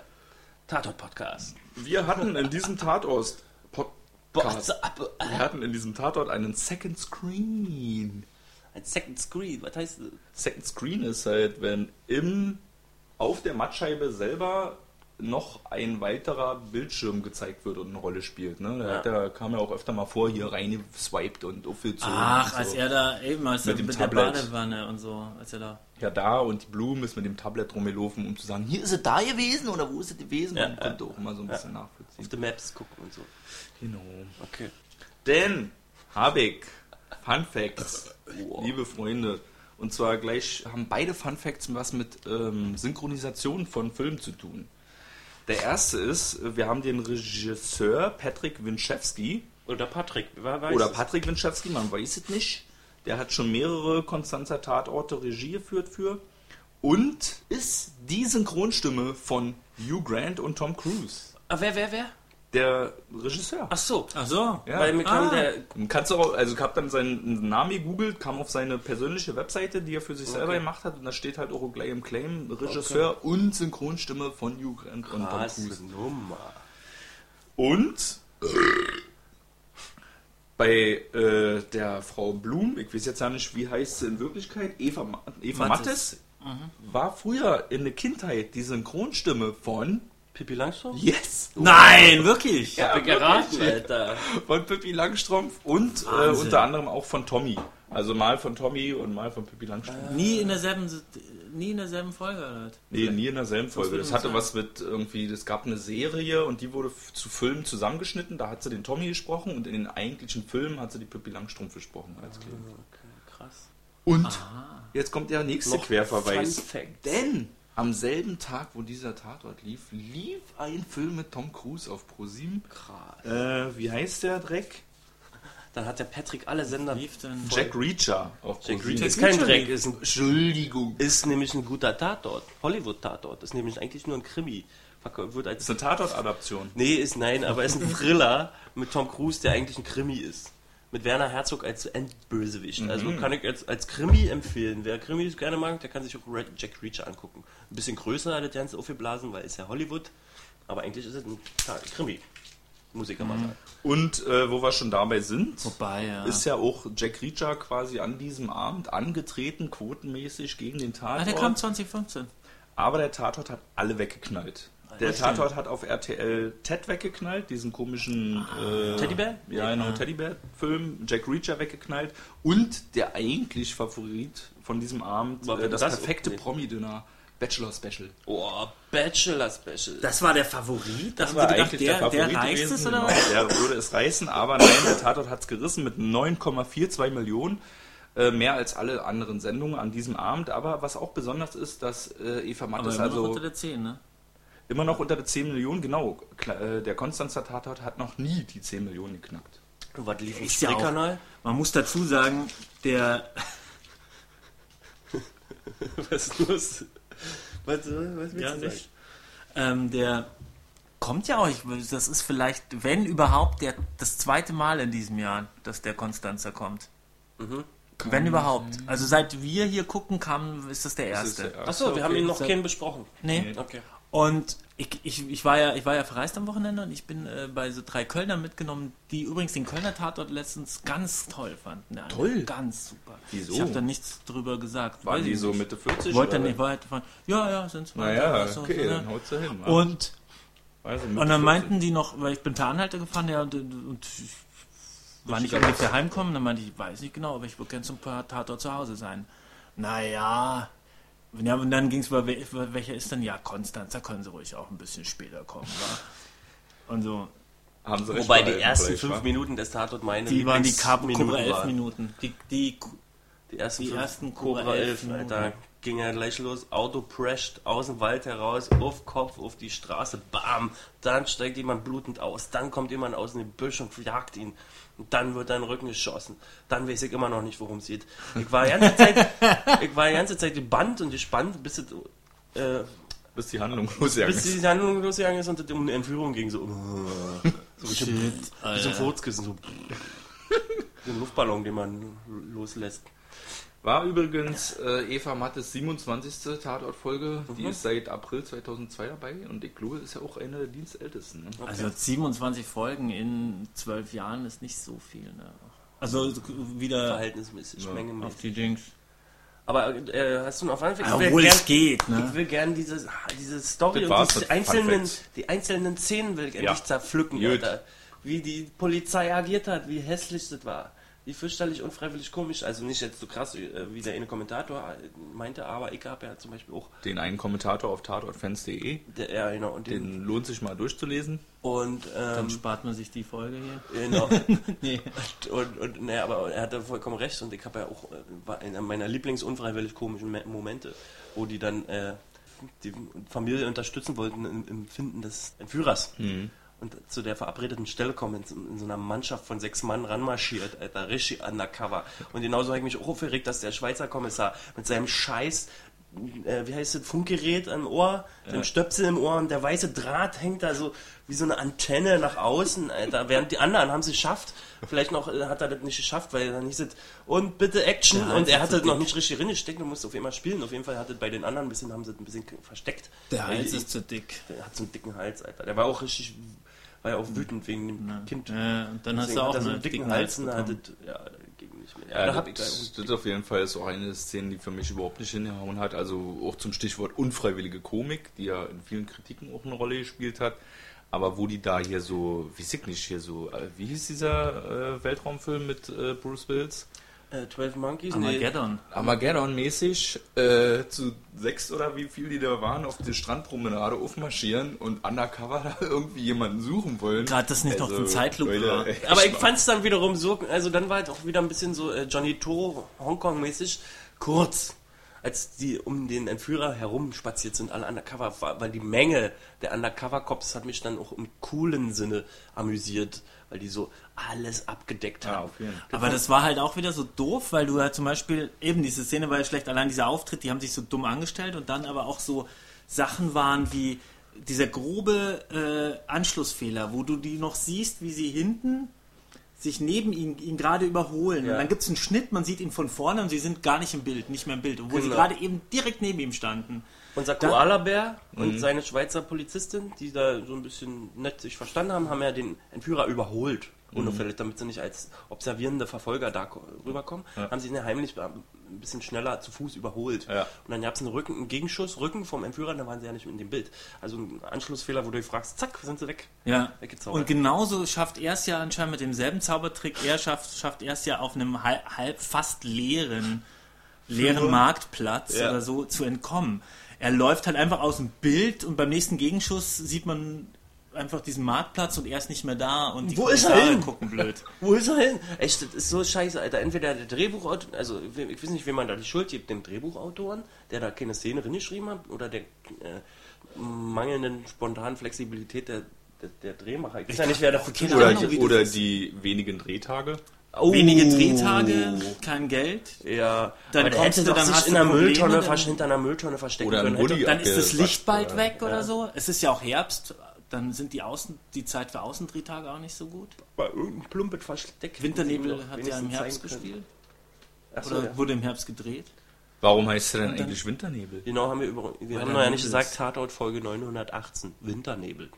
Tatort-Podcast.
Wir hatten in diesem Tatort Podcast.
WhatsApp.
Wir hatten in diesem Tatort einen Second Screen.
Ein Second Screen. Was heißt das?
Second Screen ist halt, wenn im auf der Mattscheibe selber noch ein weiterer Bildschirm gezeigt wird und eine Rolle spielt. Ne? Da, hat
Ja.
er- kam ja auch öfter mal vor, hier reingeswiped und aufgezogen.
Ach,
und
als
so.
er da eben, als
Mit
er
dem
mit der
Tablet.
Badewanne und so, als er da.
ja da und die Blumen ist mit dem Tablet rumgelaufen, um zu sagen, hier ist es da gewesen oder wo ist es gewesen?
Ja,
Man konnte auch mal so ein bisschen nachvollziehen.
Auf die Maps gucken und so.
Genau.
Okay.
Denn habe ich Fun Facts, liebe Freunde. Und zwar gleich haben beide Fun Facts was mit ähm, Synchronisation von Filmen zu tun. Der erste ist, äh, wir haben den Regisseur Patrick Winchewski
Oder Patrick. Wer weiß
oder
es?
Patrick Winchewski, man weiß es nicht. Der hat schon mehrere Konstanzer Tatorte Regie geführt für und ist die Synchronstimme von Hugh Grant und Tom Cruise.
Ah, wer, wer, wer?
Der Regisseur.
Ach so.
Ach so.
Ja.
Weil mir kam
Ah.
der.
Und Kannst du auch, also ich habe dann seinen Namen gegoogelt, kam auf seine persönliche Webseite, die er für sich selber
Okay.
gemacht hat und da steht halt auch gleich im Claim Regisseur und Synchronstimme von Hugh Grant und Tom
Was?
Cruise.
Nummer.
Und äh, bei äh, der Frau Blum, ich weiß jetzt ja nicht, wie heißt sie in Wirklichkeit, Eva, Ma- Eva Mattes,
Mattes.
war früher in der Kindheit die Synchronstimme von
Pippi Langstrumpf?
Yes,
Nein, wirklich?
Ja,
wirklich.
geraten, Alter.
von Pippi Langstrumpf und äh,
Wahnsinn.
unter anderem auch von Tommy. Also mal von Tommy und mal von Pippi Langstrumpf.
Nie in derselben, nie in derselben Folge, oder? was?
Nee, nie in derselben Folge.
würde
Das
man
hatte
sagen.
was mit irgendwie, es gab eine Serie und die wurde f- zu Filmen zusammengeschnitten. Da hat sie den Tommy gesprochen und in den eigentlichen Filmen hat sie die Pippi Langstrumpf gesprochen. Als Kind.
Okay, krass.
Und Ah. jetzt kommt der nächste
Noch
Querverweis.
Fun Fact.
Denn am selben Tag, wo dieser Tatort lief, lief ein Film mit Tom Cruise auf ProSieben.
Krass.
Äh, wie heißt der Dreck?
Dann hat der Patrick alle Sender.
Lief denn?
Jack Reacher auf
Jack
ProSieben.
Reacher ist kein Dreck, ist, ein,
Entschuldigung.
ist nämlich ein guter Tatort. Hollywood-Tatort. Ist nämlich eigentlich nur ein Krimi. Verkau- Wird als
Ist eine Tatort-Adaption.
Nee, ist nein, aber ist ein Thriller mit Tom Cruise, der eigentlich ein Krimi ist. Mit Werner Herzog als Endbösewicht. Also kann ich als, als Krimi empfehlen. Wer Krimis gerne mag, der kann sich auch Red Jack Reacher angucken. Ein bisschen größer hat das Ganze aufgeblasen, weil es ja Hollywood. Aber eigentlich ist es ein Ta- Krimi. Musiker mal sagen.
Und äh, wo wir schon dabei sind.
Vorbei, ja.
ist ja auch Jack Reacher quasi an diesem Abend angetreten, quotenmäßig gegen den Tatort.
ah, der kam 2015.
Aber der Tatort hat alle weggeknallt. Der Tatort hat auf RTL Ted weggeknallt, diesen komischen
Ah,
äh,
Teddybär?
Ja, genau, Teddybär-Film, Jack Reacher weggeknallt und der eigentlich Favorit von diesem Abend,
War
äh, das,
das
perfekte
okay?
Promi-Dinner, Bachelor Special.
Oh, Bachelor Special.
Das war der Favorit? Da haben
war
sie gedacht,
eigentlich
der, der,
Favorit
reißt es,
gewesen,
oder was?
genau. Der würde es reißen, aber nein, der Tatort hat es gerissen mit 9,42 Millionen. äh, Mehr als alle anderen Sendungen an diesem Abend. Aber was auch besonders ist, dass äh, Eva
Aber
Mattes
immer noch
also
unter der 10, ne?
immer noch unter der 10 Millionen, genau, kla- äh, der Konstanzer Tatort hat noch nie die 10 Millionen geknackt.
Und was lief im
Ist ja auch-
Spreekanal?
Man muss dazu sagen, der,
Was ist los? Was, was willst du
Ja,
sagen?
nicht. ähm, der kommt ja auch, ich, das ist vielleicht, wenn überhaupt, der, das zweite Mal in diesem Jahr, dass der Konstanzer kommt.
Mhm.
Wenn überhaupt. Also seit wir hier gucken kamen, ist das der
Das
erste.
ist der erste.
Achso, wir haben ihn noch
so-
keinen besprochen.
Nee.
Okay.
Und ich, ich, ich, war ja, ich war ja verreist am Wochenende und ich bin äh, bei so drei Kölner mitgenommen, die übrigens den Kölner Tatort letztens ganz toll fanden. Ja,
Toll?
Ganz super.
Wieso?
Ich habe da nichts drüber gesagt.
Waren
Weiß
die
ich
so
nicht.
Mitte 40?
Wollte
oder?
nicht weiter fahren. Ja, ja, sind zwei.
Naja,
So,
okay,
so,
dann
ne?
haut's ja hin. Mann.
Und
Also
Und dann meinten die noch, weil ich bin Tarnhalter gefahren, ja, und, und ich war nicht ungefähr heimkommen. Dann meinte ich, ich weiß nicht genau, aber ich würde gerne zum Tator zu Hause sein. Naja. Ja, und dann ging es, welcher ist denn? Ja, Konstanz, da können sie ruhig auch ein bisschen später kommen. wa? Und so,
haben sie recht
Wobei die
behalten,
ersten
vielleicht, wa?
fünf Minuten des Tatort meine
die waren die Cobra
Lieblingsminuten
11
waren.
Minuten. Die, die,
Die ersten,
Die
fünf
ersten
Cobra,
Cobra ne, genau.
11,
11
Alter. Ging ja gleich los, Auto prescht aus dem Wald heraus, auf Kopf, auf die Straße, bam. Dann steigt jemand blutend aus, dann kommt jemand aus dem Büsch und jagt ihn. Und dann wird dein Rücken geschossen. Dann weiß ich immer noch nicht, worum es geht. Ich war die ganze Zeit, ich war die ganze Zeit gebannt und gespannt, bis es, äh,
Bis die Handlung losgegangen
bis
ist.
diese Handlung losgegangen ist und es um eine Entführung ging. So, so ein bisschen, bisschen Furzkissen, so. Den Luftballon, den man loslässt.
War übrigens äh, Eva Mattes 27. Tatortfolge. Die ist seit April 2002 dabei und ich glaube, ist ja auch eine der dienstältesten. Ne?
Also 27 Folgen in 12 Jahren ist nicht so viel. Ne? Also wieder
Verhältnismäßig,
Ja.
mengenmäßig.
die Dings.
Aber äh, hast du noch Fun Facts? Ich will
Obwohl
gern,
es geht,
ich
ne?
will gern diese, ah, diese Story
Das
und
war's
diese
mit Fun
einzelnen,
Facts.
die einzelnen Szenen will ich endlich
Ja.
zerpflücken,
Gut.
Alter. Wie die Polizei agiert hat, wie hässlich das war. Wie fürchterlich unfreiwillig komisch, also nicht jetzt so krass, äh, wie der eine Kommentator äh, meinte, aber ich habe ja zum Beispiel auch,
Den einen Kommentator auf tatortfans.de.
der, ja genau, und den,
Den lohnt sich mal durchzulesen.
und,
Dann
ähm,
spart man sich die Folge hier.
genau,
Nee.
Und, und naja, aber er hatte vollkommen recht und ich habe ja auch, äh, war einer meiner lieblingsunfreiwillig komischen Me- Momente, wo die dann äh, die Familie unterstützen wollten im, im Finden des Entführers. Und zu der verabredeten Stelle kommen, in, in so einer Mannschaft von sechs Mann ranmarschiert, Alter, richtig undercover. Und genauso habe ich mich auch aufgeregt, dass der Schweizer Kommissar mit seinem Scheiß, äh, wie heißt das, Funkgerät am Ohr, dem Stöpsel im Ohr und der weiße Draht hängt da so wie so eine Antenne nach außen, Alter. Während die anderen haben es geschafft. Vielleicht noch äh, hat er das nicht geschafft, weil er nicht sitzt. Und bitte Action.
Der
und
Hals
er
ist
hat
so
das noch
dick.
nicht richtig reingesteckt und musste auf einmal spielen. Auf jeden Fall hat das bei den anderen ein bisschen, haben sie das ein bisschen versteckt.
Der
Weil
Hals
die-
ist zu dick.
der hat so einen dicken Hals, Alter. Der war auch richtig, war ja auch wütend wegen dem Kind.
Ja, Äh, und dann hast
Deswegen
du
hat
auch
er so
einen
einen dicken Hals und da hat das, ja, da ging nicht mehr.
Ja,
da hab ich da
Äh, das, das auf jeden Fall ist auch eine Szene, die für mich überhaupt nicht hingehauen hat. Also auch zum Stichwort unfreiwillige Komik, die ja in vielen Kritiken auch eine Rolle gespielt hat. Aber wo die da hier so, wie ich nicht, hier so, äh, wie hieß dieser äh, Weltraumfilm mit äh, Bruce Willis?
äh, 12 Monkeys, nee.
Armageddon.
Armageddon-mäßig äh, zu sechs oder wie viel die da waren, auf die Strandpromenade aufmarschieren und undercover da irgendwie jemanden suchen wollen. Also,
Grad das nicht noch eine Zeitlupe war.
ey,
Aber ich fand's dann wiederum so, also dann war halt auch wieder ein bisschen so äh, Johnny To, Hongkong-mäßig, kurz. Als die um den Entführer herum spaziert sind, alle undercover, war- weil die Menge der Undercover-Cops hat mich dann auch im coolen Sinne amüsiert, weil die so alles abgedeckt
Ja,
haben.
auf jeden Fall.
Aber das war halt auch wieder so doof, weil du ja zum Beispiel, eben diese Szene war ja schlecht, allein dieser Auftritt, die haben sich so dumm angestellt und dann aber auch so Sachen waren wie dieser grobe äh, Anschlussfehler, wo du die noch siehst, wie sie hinten sich neben ihn, ihn gerade überholen.
Ja.
Und dann gibt es einen Schnitt, man sieht ihn von vorne und sie sind gar nicht im Bild, nicht mehr im Bild, obwohl
Genau.
sie gerade eben direkt neben ihm standen.
Unser Koala-Bär und seine Schweizer Polizistin, die da so ein bisschen nett sich verstanden haben, haben ja den Entführer überholt. Unauffällig, damit sie nicht als observierende Verfolger da ko- rüberkommen, haben sie ihn ja heimlich ein bisschen schneller zu Fuß überholt.
Ja.
Und dann gab es einen Rücken, einen Gegenschuss, Rücken vom Entführer, da waren sie ja nicht in dem Bild. Also ein Anschlussfehler, wo du dich fragst, zack, sind sie weg.
Ja.
Weggezaubert.
Und genauso schafft er es ja anscheinend mit demselben Zaubertrick, er schafft, schafft er es ja auf einem halb, halb fast leeren, leeren Marktplatz
Ja.
oder so zu entkommen. Er läuft halt einfach aus dem Bild und beim nächsten Gegenschuss sieht man einfach diesen Marktplatz und er ist nicht mehr da und die
Wo ist er
Kommissare
hin?
gucken blöd.
Wo ist er hin? Echt, das ist so scheiße, Alter. Entweder der Drehbuchautor, also ich weiß nicht, wem man da die Schuld gibt, dem Drehbuchautoren, der da keine Szene drin geschrieben hat, oder der äh, mangelnden spontanen Flexibilität der, der, der Drehmacher. Ich weiß ja nicht, wer dafür
keine
Oder,
Ahnung,
die,
wie
oder die wenigen Drehtage.
oh,
Wenige Drehtage, kein Geld.
Ja,
Dann
dann aber der
kommst
hätte
du,
doch
dann
sich
hast
in
du
einer
Probleme,
Mülltonne,
dann-
versch- hinter einer Mülltonne verstecken
Oder ein
können. Hätte-
Hoodie
Dann ist das
abgewatscht,
Licht bald
oder?
weg oder so. Es ist ja auch Herbst, dann sind die Außen, die Zeit für Außendrehtage auch nicht so gut.
Bei irgendeinem Plumpet versteckt.
Winternebel hat ja im
Wenigstens
Herbst
zeigen können.
gespielt.
Ach so,
Oder
ja.
wurde im Herbst gedreht?
Warum heißt er denn eigentlich Winternebel?
Genau, haben wir über, wir
der
haben noch ja
Nebel
nicht gesagt,
ist-
Tatort Folge 918, Winternebel.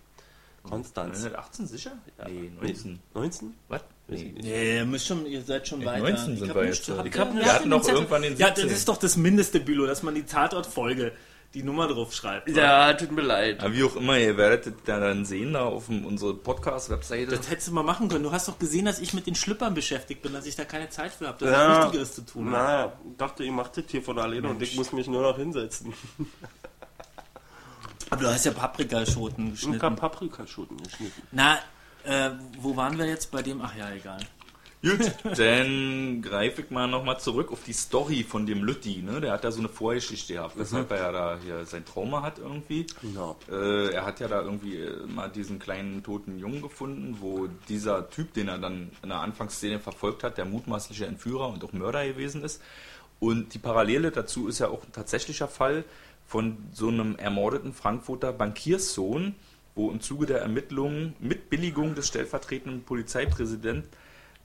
Oh.
Konstanz.
1918 sicher?
Ja. Hm.
Nee, 19.
19?
Was?
Nee, ihr, müsst schon, ihr seid schon weiter.
19
Ich
sind
hab
wir
nicht-
jetzt, äh,
habt
wir
ihr-
hatten
wer
doch
hat denn den Zettel?
irgendwann den
Ja, das
17.
ist doch das Mindeste, Bülow, dass man die Tatortfolge, die Nummer drauf schreibt. oder?
Ja, tut mir leid.
Ja, wie auch immer, ihr werdet das dann sehen da auf dem, unsere Podcast-Webseite.
Das hättest du mal machen können. Du hast doch gesehen, dass ich mit den Schlüppern beschäftigt bin, dass ich da keine Zeit für habe, dass
Ja.
ich Wichtigeres zu tun habe.
Na, dachte, ihr macht das hier von alleine und ich muss mich nur noch hinsetzen.
Aber du hast ja Paprikaschoten
Ich hab
geschnitten.
Paprikaschoten geschnitten.
Na, äh, wo waren wir jetzt bei dem? Ach ja, egal.
Gut, dann greife ich mal nochmal zurück auf die Story von dem Lütti, ne? Der hat da so eine Vorgeschichte gehabt, weshalb er ja da hier sein Trauma hat irgendwie.
Genau.
Äh, er hat ja da irgendwie äh, mal diesen kleinen toten Jungen gefunden, wo dieser Typ, den er dann in der Anfangsszene verfolgt hat, der mutmaßliche Entführer und auch Mörder gewesen ist. Und die Parallele dazu ist ja auch ein tatsächlicher Fall von so einem ermordeten Frankfurter Bankierssohn, wo im Zuge der Ermittlungen mit Billigung des stellvertretenden Polizeipräsidenten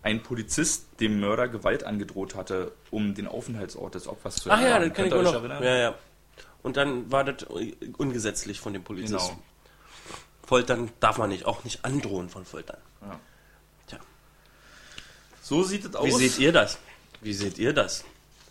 ein Polizist dem Mörder Gewalt angedroht hatte, um den Aufenthaltsort des Opfers zu
Ach ja,
erfahren.
das kann
Könnt
ich
ihr
mir
euch
noch.
erinnern?
Ja, ja. Und dann war das ungesetzlich von den Polizisten.
Genau.
Foltern darf man nicht, auch nicht androhen von Foltern.
Ja. Oh.
Tja.
So sieht es aus.
Wie seht ihr das? Wie seht ihr das?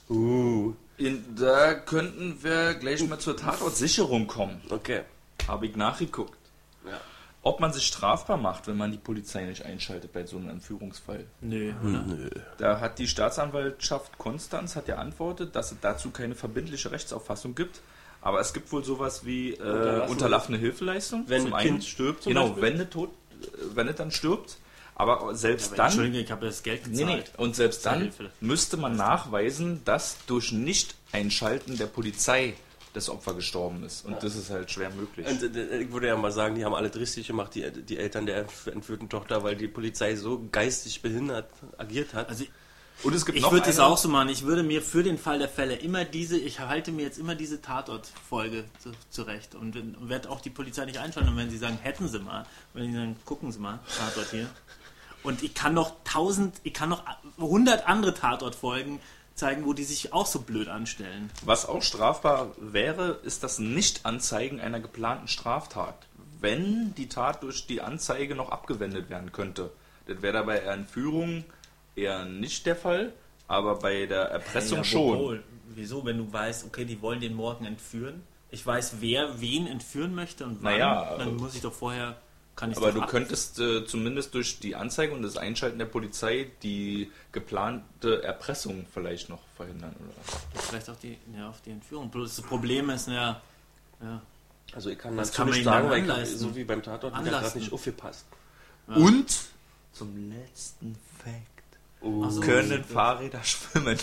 Uh,
In, da könnten wir gleich mal zur Tatortsicherung kommen.
okay.
Habe ich nachgeguckt.
Ja.
Ob man sich strafbar macht, wenn man die Polizei nicht einschaltet bei so einem Entführungsfall.
Hm, Nö.
Nö.
Da hat die Staatsanwaltschaft Konstanz hat ja antwortet, dass es dazu keine verbindliche Rechtsauffassung gibt. Aber es gibt wohl sowas wie äh,
Unterlassene-
unterlassene Hilfeleistung.
Wenn ein Kind stirbt zum
Genau,
Beispiel?
wenn es tot, äh, wenn es dann stirbt. Aber selbst
Dann?
dann
Entschuldigung, ich habe das Geld
Nee,
gezahlt.
nee. Und selbst dann
Hilfe.
müsste man nachweisen, dass durch Nicht-Einschalten der Polizei das Opfer gestorben ist. Und das ist halt schwer möglich.
Und äh, ich würde ja mal sagen, die haben alles richtig gemacht, die, äh, die Eltern der entführten Tochter, weil die Polizei so geistig behindert agiert hat.
Also
Und es gibt
ich
noch
würde es
eine-
auch so machen. Ich würde mir für den Fall der Fälle immer diese, ich halte mir jetzt immer diese Tatort-Folge zu, zurecht und, wenn- und werde auch die Polizei nicht einschalten. Und wenn sie sagen, hätten sie mal, wenn sie sagen, gucken sie mal, Tatort hier. Und ich kann noch tausend, ich kann noch hundert andere Tatort-Folgen zeigen, wo die sich auch so blöd anstellen.
Was auch strafbar wäre, ist das Nicht-Anzeigen einer geplanten Straftat. Wenn die Tat durch die Anzeige noch abgewendet werden könnte. Das wäre dabei eher Entführung eher nicht der Fall, aber bei der Erpressung
Ja,
schon.
obwohl, Wieso, wenn du weißt, okay, die wollen den morgen entführen? Ich weiß, wer wen entführen möchte und wann.
Naja,
dann
also-
muss ich doch vorher. Kann ich
Aber
doch
du
ab-
könntest äh, zumindest durch die Anzeige und das Einschalten der Polizei die geplante Erpressung vielleicht noch verhindern oder was?
Vielleicht auch die, ja, auf die Entführung. Bloß das Problem ist, naja, ja,
Also ich kann
kann
dazu
man
nicht
ihnen dann
sagen, weil ich,
anleisten.
so wie beim Tatort, ich gerade
Anlasten.
nicht aufgepasst.
Und zum letzten Fact.
Oh.
so.
Können Fahrräder schwimmen?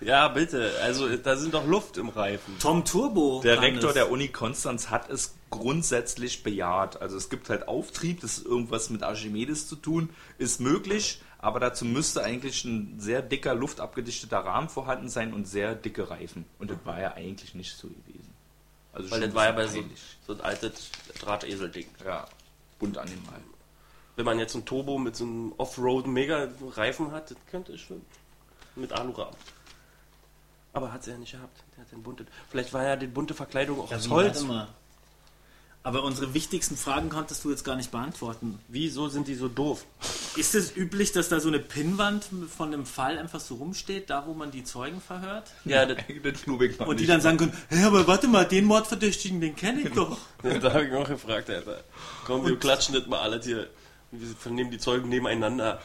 Ja, bitte. Also da sind doch Luft im Reifen.
Tom Turbo.
Der
kann
Rektor
es.
der Uni Konstanz hat es grundsätzlich bejaht. Also es gibt halt Auftrieb, das ist irgendwas mit Archimedes zu tun, ist möglich, aber dazu müsste eigentlich ein sehr dicker, luftabgedichteter Rahmen vorhanden sein und sehr dicke Reifen. Und das war ja eigentlich nicht so gewesen. Also
Weil
schon
das war ja
ein
bei so,
bisschen peinlich.
so ein altes Drahtesel-Ding.
Ja, bunt animal.
Wenn man jetzt ein Turbo mit so einem Offroad-Mega-Reifen hat, das könnte schwimmen. Mit Alurahmen. Aber hat er ja nicht gehabt. Der hat den bunte. Vielleicht war ja die bunte Verkleidung auch
Ja,
aus
wie
Holz.
halt immer. Aber unsere wichtigsten Fragen konntest du jetzt gar nicht beantworten.
Wieso sind die so doof?
Ist es üblich, dass da so eine Pinnwand von einem Fall einfach so rumsteht, da wo man die Zeugen verhört?
Ja, das,
Das glaube ich mal
Und die
nicht. Genau.
dann sagen können, hä, aber warte mal, den Mordverdächtigen, den kenne ich doch.
da habe ich auch gefragt, Alter. Komm, wir klatschen das mal alles hier. Wir vernehmen die Zeugen nebeneinander.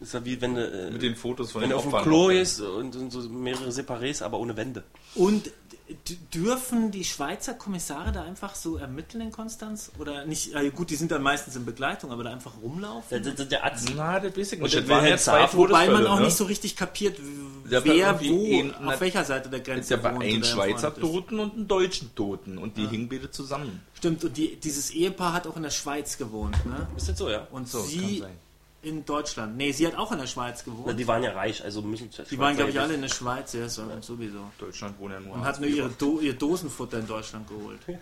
Ist ja wie wenn du. Äh,
mit den Fotos von
wenn
den
du auf dem
Opfern
Klo
noch-
ist und, und so mehrere Separés, aber ohne Wände.
Und d- dürfen die Schweizer Kommissare da einfach so ermitteln in Konstanz? Oder nicht, ja, gut, die sind dann meistens in Begleitung, aber da einfach rumlaufen?
Das sind der Atzen.
Mhm.
Na, das weiß ich
Und
nicht.
in
Das waren ja zwei
Wilhelmshaven,
Todesfälle,
Wobei man auch
ne?
nicht so richtig kapiert, w-
Ja, aber
wer
irgendwie
wo,
eben-
auf welcher Seite der Grenze
Ist ja bei
wohnt
einem
oder
Schweizer
entfreundet ist.
Toten und einem deutschen Toten und die hingen beide zusammen.
Stimmt, und die, dieses Ehepaar hat auch in der Schweiz gewohnt, ne?
Ist das so, ja?
Und
So, das
sie
kann sein.
in Deutschland. Nee, sie hat auch in der Schweiz
Na,
gewohnt.
die waren ja reich, also müssen
die waren, glaube ich, alle in der Schweiz, ja, so, sowieso.
Deutschland wohnen ja nur
Und hat nur
Hartz-IV.
ihre Do ihr Dosenfutter in Deutschland geholt.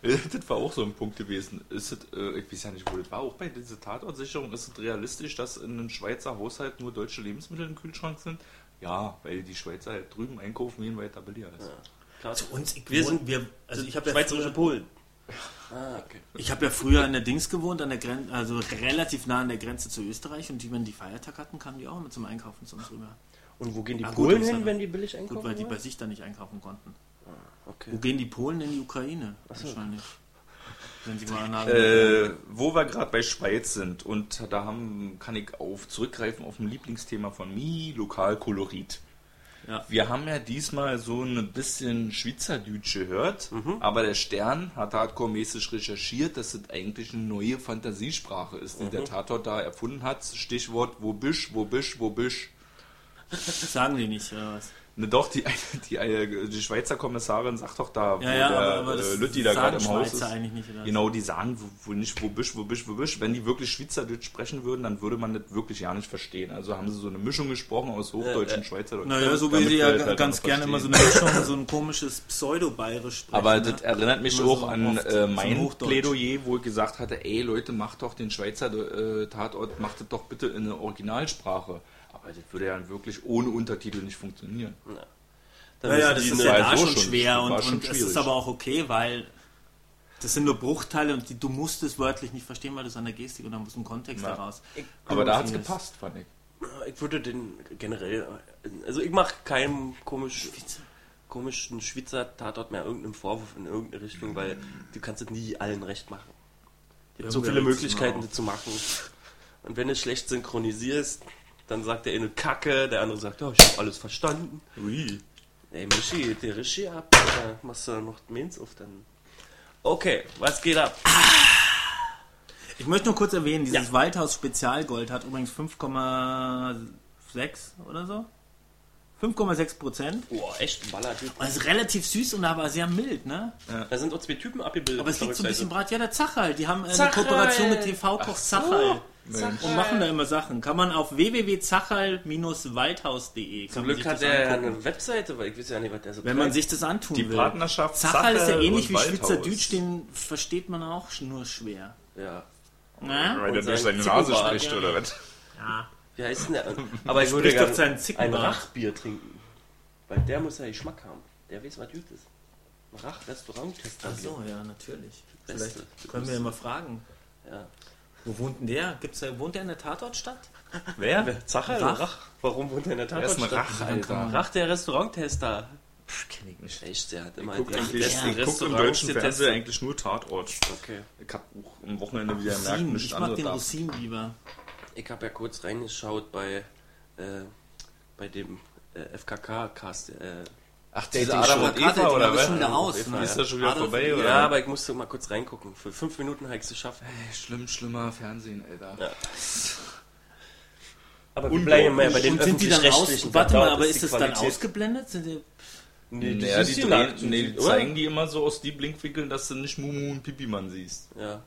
Das war auch so ein Punkt gewesen. Ist das, äh, ich weiß ja nicht, wo das war. Auch bei dieser Tatortsicherung ist es realistisch, dass in einem Schweizer Haushalt nur deutsche Lebensmittel im Kühlschrank sind? Ja, weil die Schweizer halt drüben einkaufen gehen, weil es da billiger ist.
Klar.
Zu uns, ich
Wir
wohn-
sind-
wir, also ich habe ja
Schweizerische
früher-
Polen. Ah, okay.
Ich habe ja früher in der Dings gewohnt, an der Grenze, also relativ nah an der Grenze zu Österreich und die, wenn die Feiertag hatten, kamen die auch mit zum Einkaufen zu uns rüber.
Und wo gehen die
Ah, gut,
Polen
das ist
hin,
aber-
wenn die billig einkaufen?
Gut, weil die bei
wollen?
sich dann nicht einkaufen konnten. Wo
Okay.
gehen die Polen in die Ukraine? Wahrscheinlich. Wenn sie mal anhaben.
Äh, wo wir gerade bei Schweiz sind und da haben, kann ich auf zurückgreifen auf ein Lieblingsthema von mir, Lokalkolorit.
Ja.
Wir haben ja diesmal so ein bisschen Schweizerdütsche gehört, aber der Stern hat hardcore-mäßig recherchiert, dass es eigentlich eine neue Fantasiesprache ist, die der Tator da erfunden hat. Stichwort wo bisch, wo bisch, wo bisch.
Das sagen die nicht, oder was?
Ne, doch, die, die, die, die Schweizer Kommissarin sagt doch da, wo
Ja, ja,
der
aber, aber das
äh, Lütti da
sagen
gerade im Haus
Schweizer
ist.
eigentlich nicht, oder? was?
Genau, die sagen wo- wo nicht, wo bisch, wo bisch, wo bisch. Wenn die wirklich Schweizerdeutsch sprechen würden, dann würde man das wirklich ja nicht verstehen. Also haben sie so eine Mischung gesprochen aus Hochdeutsch
Äh, äh,
und Schweizerdeutsch.
Naja, so wie
Damit
sie
wir
ja
das halt
ganz
noch
gerne immer so
verstehen.
eine Mischung, so ein komisches Pseudo-Bayerisch sprechen.
aber
ne?
das erinnert mich
Immer
auch
so
an
oft
äh,
zum
mein
Hochdeutsch.
Plädoyer, wo ich gesagt hatte, ey Leute, macht doch den Schweizer äh, Tatort, macht das doch bitte in der Originalsprache. Aber das würde ja dann wirklich ohne Untertitel nicht funktionieren.
Dann
Ja, ja,
müssen
das
die
ist
eine-
ja
war
da
also so
schon
schon-
schwer
war
und,
schon
und das
schwierig.
ist aber auch okay, weil das sind nur Bruchteile und die, du musst es wörtlich nicht verstehen, weil das an der Gestik und aus dem Kontext
Ja.
heraus.
Aber da hat es
Irgendwie ist-
gepasst, fand ich.
Ich würde den generell. Also ich mache keinem komisch, komischen Schweizer Tatort mehr irgendeinen Vorwurf in irgendeine Richtung, weil du kannst es nie allen recht machen. Es gibt so
Irgendwer
viele
regt's
Möglichkeiten,
immer
das zu machen. Und wenn du schlecht synchronisierst, dann sagt der eine Kacke, der andere sagt, ja, ich habe alles verstanden.
Ui.
Ey, Michi, der Regie ab, Alter. machst du da noch Mains auf dann. Okay, was geht ab?
Ich möchte nur kurz erwähnen, dieses
Ja.
Waldhaus Spezialgold hat übrigens 5,6 oder so. 5,6 Prozent.
Boah, echt ein Ballertyp.
Das ist relativ süß und aber sehr mild, ne?
Da sind auch zwei Typen abgebildet.
Aber es liegt so ein bisschen
verrückt, also.
brat. Ja, der Zackerl. Die haben äh, eine
Zacherl!
Kooperation mit TV-Koch Zacherl.
Mensch.
Und machen da immer Sachen. Kann man auf www.zacherl-waldhaus.de kann
Zum
man
Glück
sich
hat
das
er
angucken.
eine Webseite, weil ich weiß ja nicht, was der so
Wenn man sich das antun
Die
will.
Partnerschaft
Zacherl ist ja
Zacherl
ähnlich
und
wie
Waldhaus.
Schweizerdeutsch, den versteht man auch sch- nur schwer. Ne?
Ja.
Na?
Weil der
Und
durch
sein
seine Nase
Zickenbart.
spricht, oder was?
Ja.
Wie heißt denn der? Aber ich
Spricht
würde
doch seinen
gerne ein
Zickenbart.
Rachbier trinken. Weil der muss ja Geschmack haben. Der weiß, was gut ist. Ein Rach-Restaurant-Tester.
Ach so, ja, natürlich.
Beste.
Vielleicht können wir ja mal fragen.
Ja.
Wo wohnt denn der? Gibt's da, wohnt der in der Tatortstadt?
Wer?
Zacher
Rach?
oder Rach? Warum wohnt er in der
Er ist ein
Tatortstadt?
Rach, Alter.
Rach, der Restauranttester.
Kenn ich nicht.
Echt, der hat immer
Guckt
die
eigentlich,
besten
ich guck im
Restaurants
deutschen Fernsehen
getestet.
eigentlich nur Tatort.
Okay.
Ich hab auch am Wochenende wieder gemerkt,
Rosinen.
nichts
Ich mag
anderes
den
darf.
Rosin lieber.
Ich habe ja kurz reingeschaut bei, äh, bei dem äh, FKK-Cast. Äh,
Ach,
diese
Adam und Eva, oder was?
Die ist ja schon wieder
Adolf-
vorbei, oder?
ne? ja, aber ich musste mal kurz reingucken. Für fünf Minuten habe ich es geschafft.
Ey, schlimm, schlimmer Fernsehen, Alter.
Ja. Aber wir
Unglaublich.
bleiben mal bei den
Und sind die dann
öffentlich-rechtlichen.
aus? Warte
Da
mal, aber
ist
ist
die
das dann
Qualität-
ausgeblendet? Sind die,
Nee, die,
Naja,
siehst
die,
du
drehen,
nackt,
nee, die
oder?
zeigen die immer so aus die Blinkwinkeln, dass du nicht Mumu und Pipimann siehst.
Ja.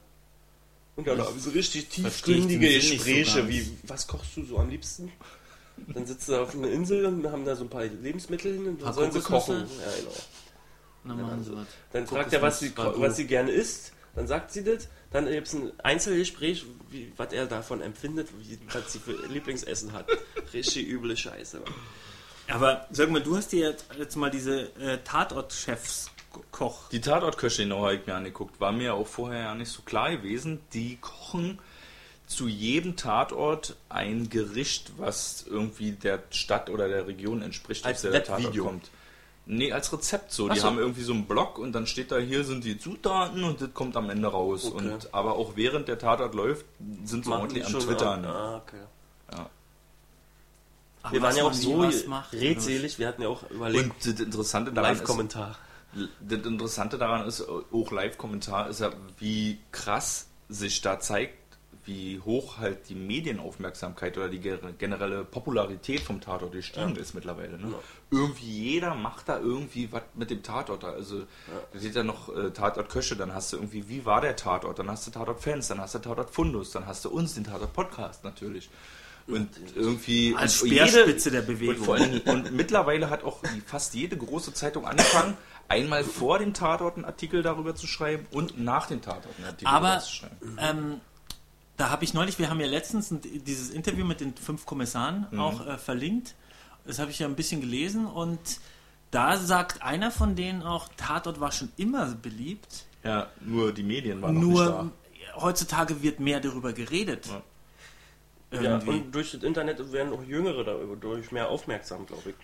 Und dann haben sie richtig
Verstehe ich den
tiefgründige
Sinn nicht so
Gespräche,
ganz.
wie, was kochst du so am liebsten? Dann sitzen sie auf einer Insel und haben da so ein paar Lebensmittel hin und
Paar
dann sollen sie kochen.
Kokosnüsse.
Ja, genau.
na, machen sie was.
Dann
Kokosnuss
fragt er, was sie,
war du.
was sie gerne isst, dann sagt sie das, dann gibt es ein Einzelgespräch, wie, was er davon empfindet, wie, was sie für Lieblingsessen hat. Richtig üble Scheiße. Mann.
Aber sag mal, du hast dir jetzt mal diese äh, Tatort-Chefs Koch.
Die Tatortköche genau habe ich mir angeguckt. War mir auch vorher ja nicht so klar gewesen. Die kochen zu jedem Tatort ein Gericht, was irgendwie der Stadt oder der Region entspricht,
Als
aus der der
Webvideo.
Nee, als Rezept so.
Ach
die
so.
haben irgendwie so einen Blog und dann steht da, hier sind die Zutaten und das kommt am Ende raus.
Okay.
Und, aber auch während der Tatort läuft, sind sie
Machen
ordentlich
die
am ne?
schon an.
Twittern.
Ah, okay.
Ach,
Wir
was
waren ja auch
man wie
so
was macht.
redselig, wir hatten ja auch überlegt,
Und das Interessante daran ist,
Live-Kommentar.
Das Interessante daran ist, auch Live-Kommentar, ist ja, wie krass sich da zeigt, wie hoch halt die Medienaufmerksamkeit oder die ger- generelle Popularität vom Tatort gestiegen ist mittlerweile. Ne? Irgendwie jeder macht da irgendwie was mit dem Tatort. da. Also, da steht ja noch äh, Tatort-Köche, dann hast du irgendwie, wie war der Tatort? Dann hast du Tatort-Fans, dann hast du Tatort-Fundus, dann hast du uns, den Tatort-Podcast natürlich. Und irgendwie.
Als
und jede-
Speerspitze der Bewegung.
und vor allen Dingen, und mittlerweile hat auch die- fast jede große Zeitung angefangen, einmal vor dem Tatort einen Artikel darüber zu schreiben und nach dem Tatort einen Artikel
Aber-
darüber zu schreiben.
Ähm, da habe ich neulich, wir haben ja letztens ein, dieses Interview mit den fünf Kommissaren
Mhm.
auch äh, verlinkt. Das habe ich ja ein bisschen gelesen und da sagt einer von denen auch, Tatort war schon immer beliebt,
Ja, nur die Medien waren noch
nur
nicht
heutzutage wird mehr darüber geredet.
Ja.
Ja,
Irgendwie.
und durch das Internet werden auch Jüngere darüber durch mehr aufmerksam, glaube ich.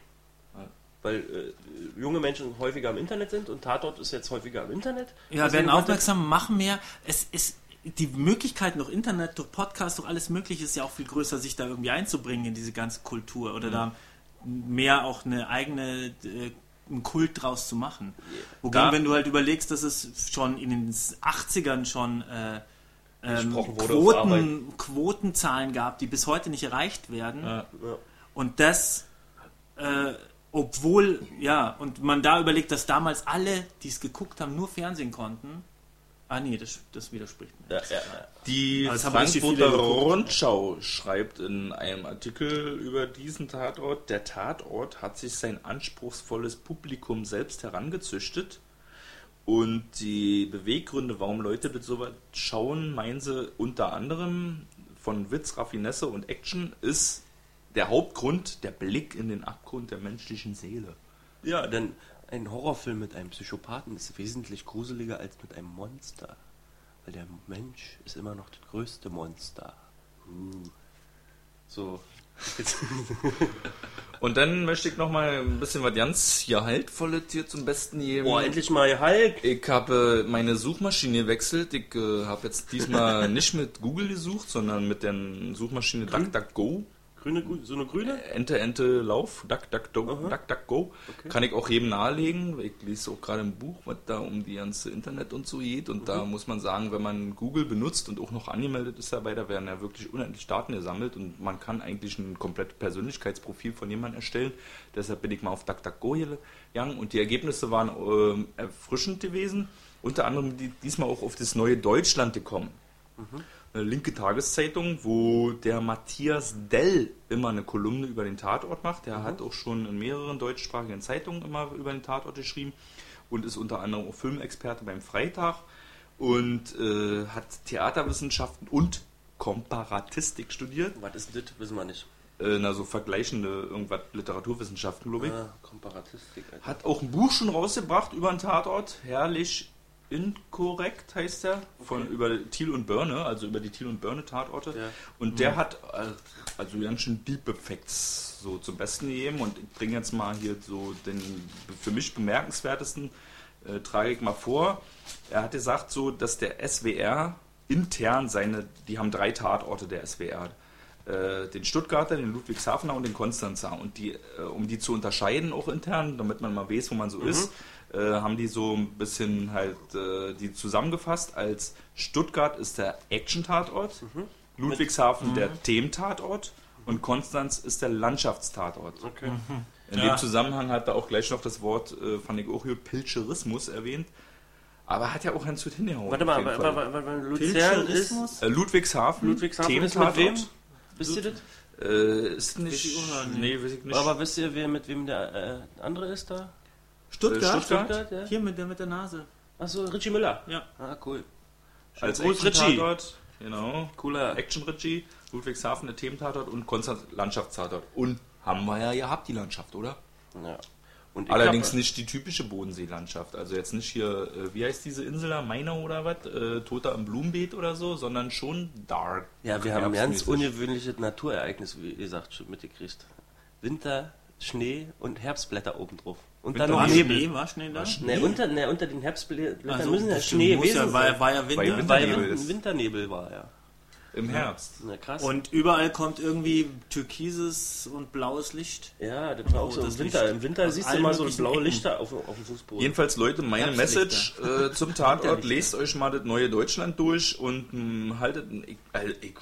da.
weil äh, junge Menschen häufiger am Internet sind und Tatort ist jetzt häufiger am Internet.
Ja,
Deswegen
werden
wollte-
aufmerksam, machen mehr. Es ist die Möglichkeit durch Internet, durch Podcast, durch alles Mögliche ist ja auch viel größer, sich da irgendwie einzubringen in diese ganze Kultur
Mhm.
oder da mehr auch eine eigene äh, einen Kult draus zu machen. Wogegen,
Da-
wenn du halt überlegst, dass es schon in den 80ern schon äh, ähm,
Gesprochen wurde auf
Quoten, Quotenzahlen gab, die bis heute nicht erreicht werden.
Ja.
Und das, äh, obwohl, ja, und man da überlegt, dass damals alle, die es geguckt haben, nur Fernsehen konnten. Ah nee, das, das widerspricht mir.
Ja, ja, ja.
Die
Also es haben richtig
Frankfurter
viele geguckt.
Rundschau schreibt in einem Artikel über diesen Tatort, der Tatort hat sich sein anspruchsvolles Publikum selbst herangezüchtet und die Beweggründe, warum Leute das sowas schauen, meinen sie unter anderem von Witz, Raffinesse und Action ist der Hauptgrund der Blick in den Abgrund der menschlichen Seele.
ja, denn ein Horrorfilm mit einem Psychopathen ist wesentlich gruseliger als mit einem Monster. Weil der Mensch ist immer noch das größte Monster. Uh. So.
Und dann möchte ich noch mal ein bisschen was ganz Gehaltvolles hier zum Besten geben.
Boah, Oh, endlich mal Hulk.
Ich habe äh, meine Suchmaschine gewechselt. Ich äh, habe jetzt diesmal nicht mit Google gesucht, sondern mit der Suchmaschine DuckDuckGo.
Grüne, grü- so eine grüne?
Ente, Ente, Lauf, DuckDuckGo.
Aha.
DuckDuckGo. Kann ich auch jedem nahelegen. Ich lese auch gerade ein Buch, was da um die ganze Internet und so geht. Und da muss man sagen, wenn man Google benutzt und auch noch angemeldet ist dabei, da werden ja wirklich unendlich Daten gesammelt. Und man kann eigentlich ein komplettes Persönlichkeitsprofil von jemandem erstellen. Deshalb bin ich mal auf DuckDuckGo gegangen. Und die Ergebnisse waren ähm, erfrischend gewesen. Unter anderem die, diesmal auch auf das neue Deutschland gekommen eine Äh, linke Tageszeitung, wo der Matthias Dell immer eine Kolumne über den Tatort macht. Der hat auch schon in mehreren deutschsprachigen Zeitungen immer über den Tatort geschrieben und ist unter anderem auch Filmexperte beim Freitag und äh, hat Theaterwissenschaften und Komparatistik studiert.
Was ist denn das? Wissen wir nicht.
Äh, na, so vergleichende irgendwas Literaturwissenschaften, glaube ich.
Ah, Komparatistik. Alter.
Hat auch ein Buch schon rausgebracht über den Tatort. Herrlich inkorrekt heißt er. Von über Thiel und Börne, also über die Thiel und Börne Tatorte.
Ja.
Und der hat äh, also ganz schön Deep Effects so zum Besten gegeben. Und ich bringe jetzt mal hier so den für mich bemerkenswertesten äh, trage ich mal vor. Er hat gesagt so, dass der SWR intern seine, die haben drei Tatorte der SWR. Äh, den Stuttgarter, den Ludwigshafener und den Konstanzer. Und die, äh, um die zu unterscheiden auch intern, damit man mal weiß, wo man so ist, äh, haben die so ein bisschen halt äh, die zusammengefasst als Stuttgart ist der Action-Tatort, Ludwigshafen
Mhm.
der Thementatort und Konstanz ist der Landschaftstatort.
Okay.
In
Ja.
dem Zusammenhang hat er auch gleich noch das Wort, äh, fand ich auch hier, Pilcherismus erwähnt. Aber hat ja auch ganz gut hingehauen.
Warte
auf
mal,
jeden
wa-
Fall.
wa- wa- wa- wa- Luzern ist.
Pilcherismus?
Äh, Ludwigshafen,
Ludwigshafen ist mit
Thementatort.
wem? Wisst ihr das?
Äh, ist nicht.
ich auch noch nicht.
nee, weiß ich nicht. Äh,
Aber wisst ihr, wer, mit wem der äh, andere ist da?
Stuttgart?
Äh, Stuttgart?
ja?
Hier mit der, mit der Nase.
Achso, Richie Müller.
Ja.
Ah, cool.
als
Gruß, Ritchie.
Action-Tatort, genau.
Cooler.
Action Ritchie, Ludwigshafen, der Thementatort und Konstanz Landschaftstatort. Und haben wir ja gehabt, die Landschaft, oder?
Ja. Und ich
Allerdings
hab-
nicht die typische Bodenseelandschaft. Also jetzt nicht hier, äh, wie heißt diese Insel da, Meiner oder was? Äh, Toter im Blumenbeet oder so, sondern schon dark.
Ja, wir haben ein ganz
Herbstmäßig.
ungewöhnliches Naturereignis, wie ihr gesagt, schon mitgekriegt. Winter, Schnee und Herbstblätter obendrauf. Und dann
Winter-
noch
War
Nebel.
Schnee, war Schnee da? Also,
Ne, unter, ne, unter den Herbstblättern müssen ja
das
Schnee
muss
gewesen
ja, war,
sein.
war ja Winter.
Weil Winter-
Weil
Winternebel
Win-
ist.
Winternebel war, ja.
Im Herbst.
Na krass.
Und überall kommt irgendwie türkises und blaues Licht.
ja, das war auch
Oh,
so
das
im Winter.
Licht.
Im Winter
Aus
siehst du
allen
mal so
möglichen
blaue
Ecken.
Lichter auf, auf dem Fußboden.
Jedenfalls, Leute, meine
Herbstlichter.
Message äh, zum Tatort: lest euch mal das neue Deutschland durch und mh, haltet. Ich, also, ich,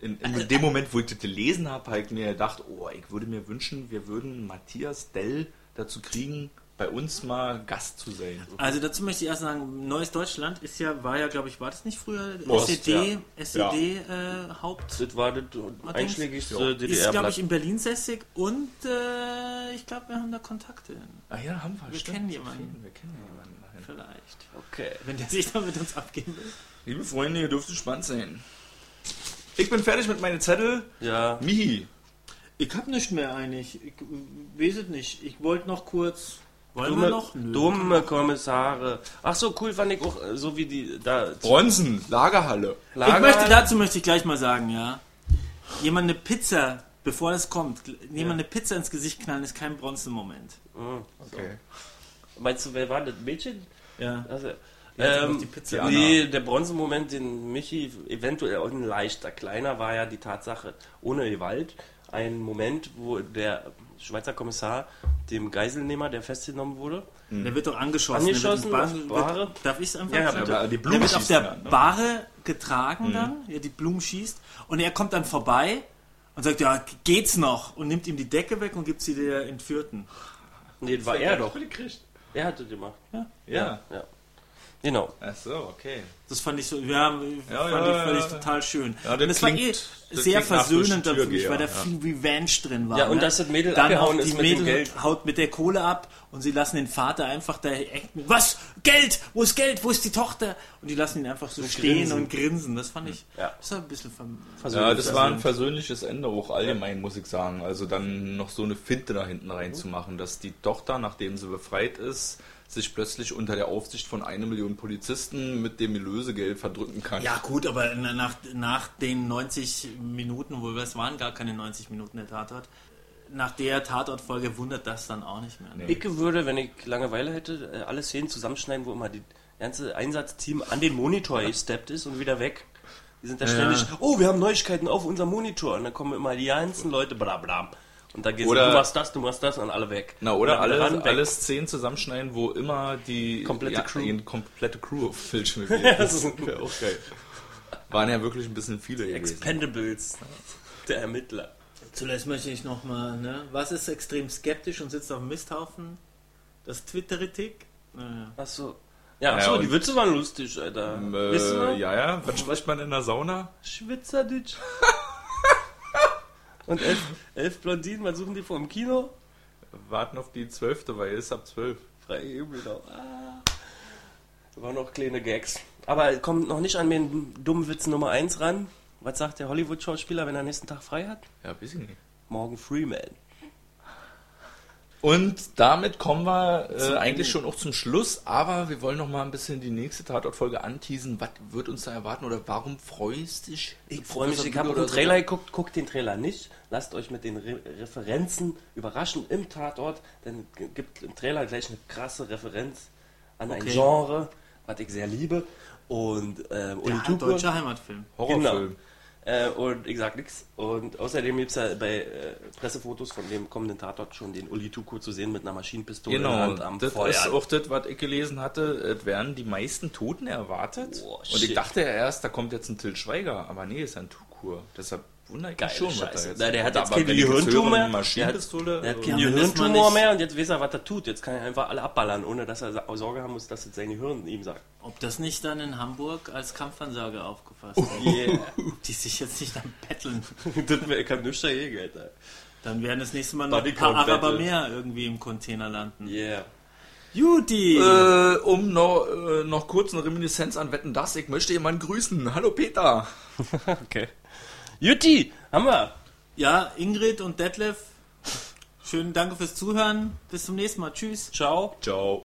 in,
Also,
in dem Moment, wo ich das gelesen habe, habe ich mir gedacht: Oh, ich würde mir wünschen, wir würden Matthias Dell dazu kriegen, bei uns mal Gast zu sein.
Also dazu möchte ich erst sagen, Neues Deutschland ist ja, war ja, glaube ich, war das nicht früher E
Ost,
SED,
ja.
SED Äh, Haupt.
das war das einschlägigste
Ist, glaube
DDR-Blatt.
ich, in Berlin sässig und äh, ich glaube, wir haben da Kontakte.
Ah ja, haben wir.
Wir
stimmt.
kennen jemanden.
Wir kennen jemanden.
Vielleicht.
Okay.
Wenn der sich da mit uns abgeben will.
Liebe Freunde, ihr dürft gespannt sein. Ich bin fertig mit meinen Zettel.
Ja.
Mihi,
Ich hab nicht mehr eigentlich. Ich äh, weiß es nicht. Ich wollte noch kurz. Wollen
Dumme,
wir noch? Nö.
dumme Kommissare. Ach so, cool fand ich auch, äh, so wie die da
Bronzen, Lagerhalle.
Ich möchte, dazu möchte ich gleich mal sagen, ja. Jemand eine Pizza bevor das kommt, jemand eine Pizza ins Gesicht knallen, ist kein Bronzemoment.
Okay.
Meinst du, wer war das Mädchen?
Ja.
Also,
hat
ähm,
doch die Pizza
nee, der Bronzemoment, den Michi eventuell auch ein leichter, kleiner war ja die Tatsache, ohne Gewalt, ein Moment, wo der Schweizer Kommissar dem Geiselnehmer, der festgenommen wurde,
Hm.
Der wird doch angeschossen.
Angeschossen
der
auf
wird,
Bahre?
darf ich es einfach
Ja, ja,
sagen?
aber
die
Der
Blumen
wird auf
schießen
der
ja, ne? Hm.
Bahre getragen dann, ja, die Blumen schießt und er kommt dann vorbei und sagt, ja, geht's noch? Und nimmt ihm die Decke weg und gibt sie der Entführten.
nee, war er doch,
Gekriegt.
er hatte die gemacht.
Ja.
Ja. Genau.
Ach so, okay.
Das fand ich so, ja, fand,
ja,
ich,
ja,
fand ich
ja.
total schön.
Ja, das
und es war eh
klingt- das
sehr
klingt nach durch die
versöhnend
Tür
dafür mich, weil da
gehen, ja.
viel Revenge drin war.
Ja, und
ne?
dass das Mädel
dann
abgehauen
haut
ist
die
mit dem
Mädel
Geld.
haut mit der Kohle ab und sie lassen den Vater einfach da hängen. Was? Geld? Wo ist Geld? Wo ist die Tochter? Und die lassen ihn einfach so stehen
grinsen.
und grinsen. Das fand ich,
Ja.
das war ein bisschen ver
Ja, das war ein versöhnliches Ende auch allgemein, muss ich sagen. Also dann noch so eine Finte da hinten reinzumachen, dass die Tochter, nachdem sie befreit ist, sich plötzlich unter der Aufsicht von einer Million Polizisten mit dem Lösegeld verdrücken kann.
Ja, gut, aber nach, nach den 90 Minuten, wo es waren gar keine 90 Minuten der Tatort, nach der Tatortfolge wundert das dann auch nicht mehr. ne?
Nee.
Ich würde, wenn ich Langeweile hätte, äh, alle Szenen zusammenschneiden, wo immer die ganze Einsatzteam an den Monitor gesteppt ist und wieder weg. Die sind da ständig, oh, wir haben Neuigkeiten auf unserem Monitor. Und dann kommen immer die ganzen Leute, bla bla. Und dann geht's,
Oder-
du machst das, du machst das und alle weg.
Na, oder
Und dann
alle,
ran, weg.
alle Szenen zusammenschneiden, wo immer die
Komplette
ja,
Crew.
die komplette Crew auf Bildschirm gewesen
Das ist
ist.
ein-
Wär auch geil. Waren ja wirklich ein bisschen viele gewesen.
Expendables. Der Ermittler.
Zuletzt möchte ich nochmal, ne? Was ist extrem skeptisch und sitzt auf dem Misthaufen? Das Twitteritik? Naja.
Achso. Ja,
Ja,
achso,
und-
die Witze waren lustig, Alter.
Äh,
Wissen wir?
ja, ja, was spricht man in der Sauna?
Schwitzerditsch. und elf, elf Blondinen, was suchen die vor dem Kino?
Warten auf die zwölfte, weil es ist ab zwölf.
Frei Himmel da. Ah. Da waren noch kleine Gags. Aber kommt noch nicht an den dummen Witz Nummer 1 ran. Was sagt der Hollywood-Schauspieler, wenn er nächsten Tag frei hat?
Ja, weiß ich nicht.
Morgan Freeman.
Und damit kommen wir äh, eigentlich schon auch zum Schluss, aber wir wollen noch mal ein bisschen die nächste Tatortfolge anteasen. Was wird uns da erwarten oder warum freust dich?
Ich freue mich,
Professor
ich habe
Blume
den
oder so?
Trailer geguckt. Guckt den Trailer nicht. Lasst euch mit den Re Referenzen überraschen im Tatort. Dann g- gibt im Trailer gleich eine krasse Referenz an ein
Okay.
Genre, was ich sehr liebe. Und ähm, Uli
Der
Tupe-
deutsche Heimatfilm.
Horrorfilm.
Äh, und ich sag nix. Und außerdem gibt's ja bei äh, Pressefotos von dem kommenden Tatort schon den Uli Tuko zu sehen mit einer Maschinenpistole in der
Genau,
Hand am
das
Feuer.
ist auch das, was ich gelesen hatte. Es werden die meisten Toten erwartet.
Oh,
und ich
shit.
dachte ja erst, da kommt jetzt ein Till Schweiger, aber nee, ist ein Tukur. Deshalb wundere ich
Geile
mich schon, was
Scheiße.
da jetzt
Na, der hat
kommt.
jetzt
Aber
keine
wenn ich jetzt höre,
Gehirntumor.
eine Maschinenpistole.
Er hat
also-
keinen
Ja, wissen wir
Gehirntumor
nicht.
mehr und jetzt weiß er, was er tut. Jetzt kann er einfach alle abballern, ohne dass er sa- Sorge haben muss, dass jetzt sein Gehirn ihm sagt.
Ob das nicht dann in Hamburg als Kampfansage aufgefasst wird?
Yeah.
Die sich jetzt nicht am Betteln.
das wär- kann nichts dagegen, Alter.
Dann werden das nächste Mal noch ein paar
Bodycount
Araber
Battle.
mehr irgendwie im Container landen.
Yeah.
Juti!
Äh, um noch, äh, noch kurz eine Reminiszenz an Wetten, das. Ich möchte jemanden grüßen. Hallo Peter.
Okay. Jutti, haben wir.
Ja, Ingrid und Detlef, schönen Dank fürs Zuhören. Bis zum nächsten Mal. Tschüss.
Ciao.
Ciao.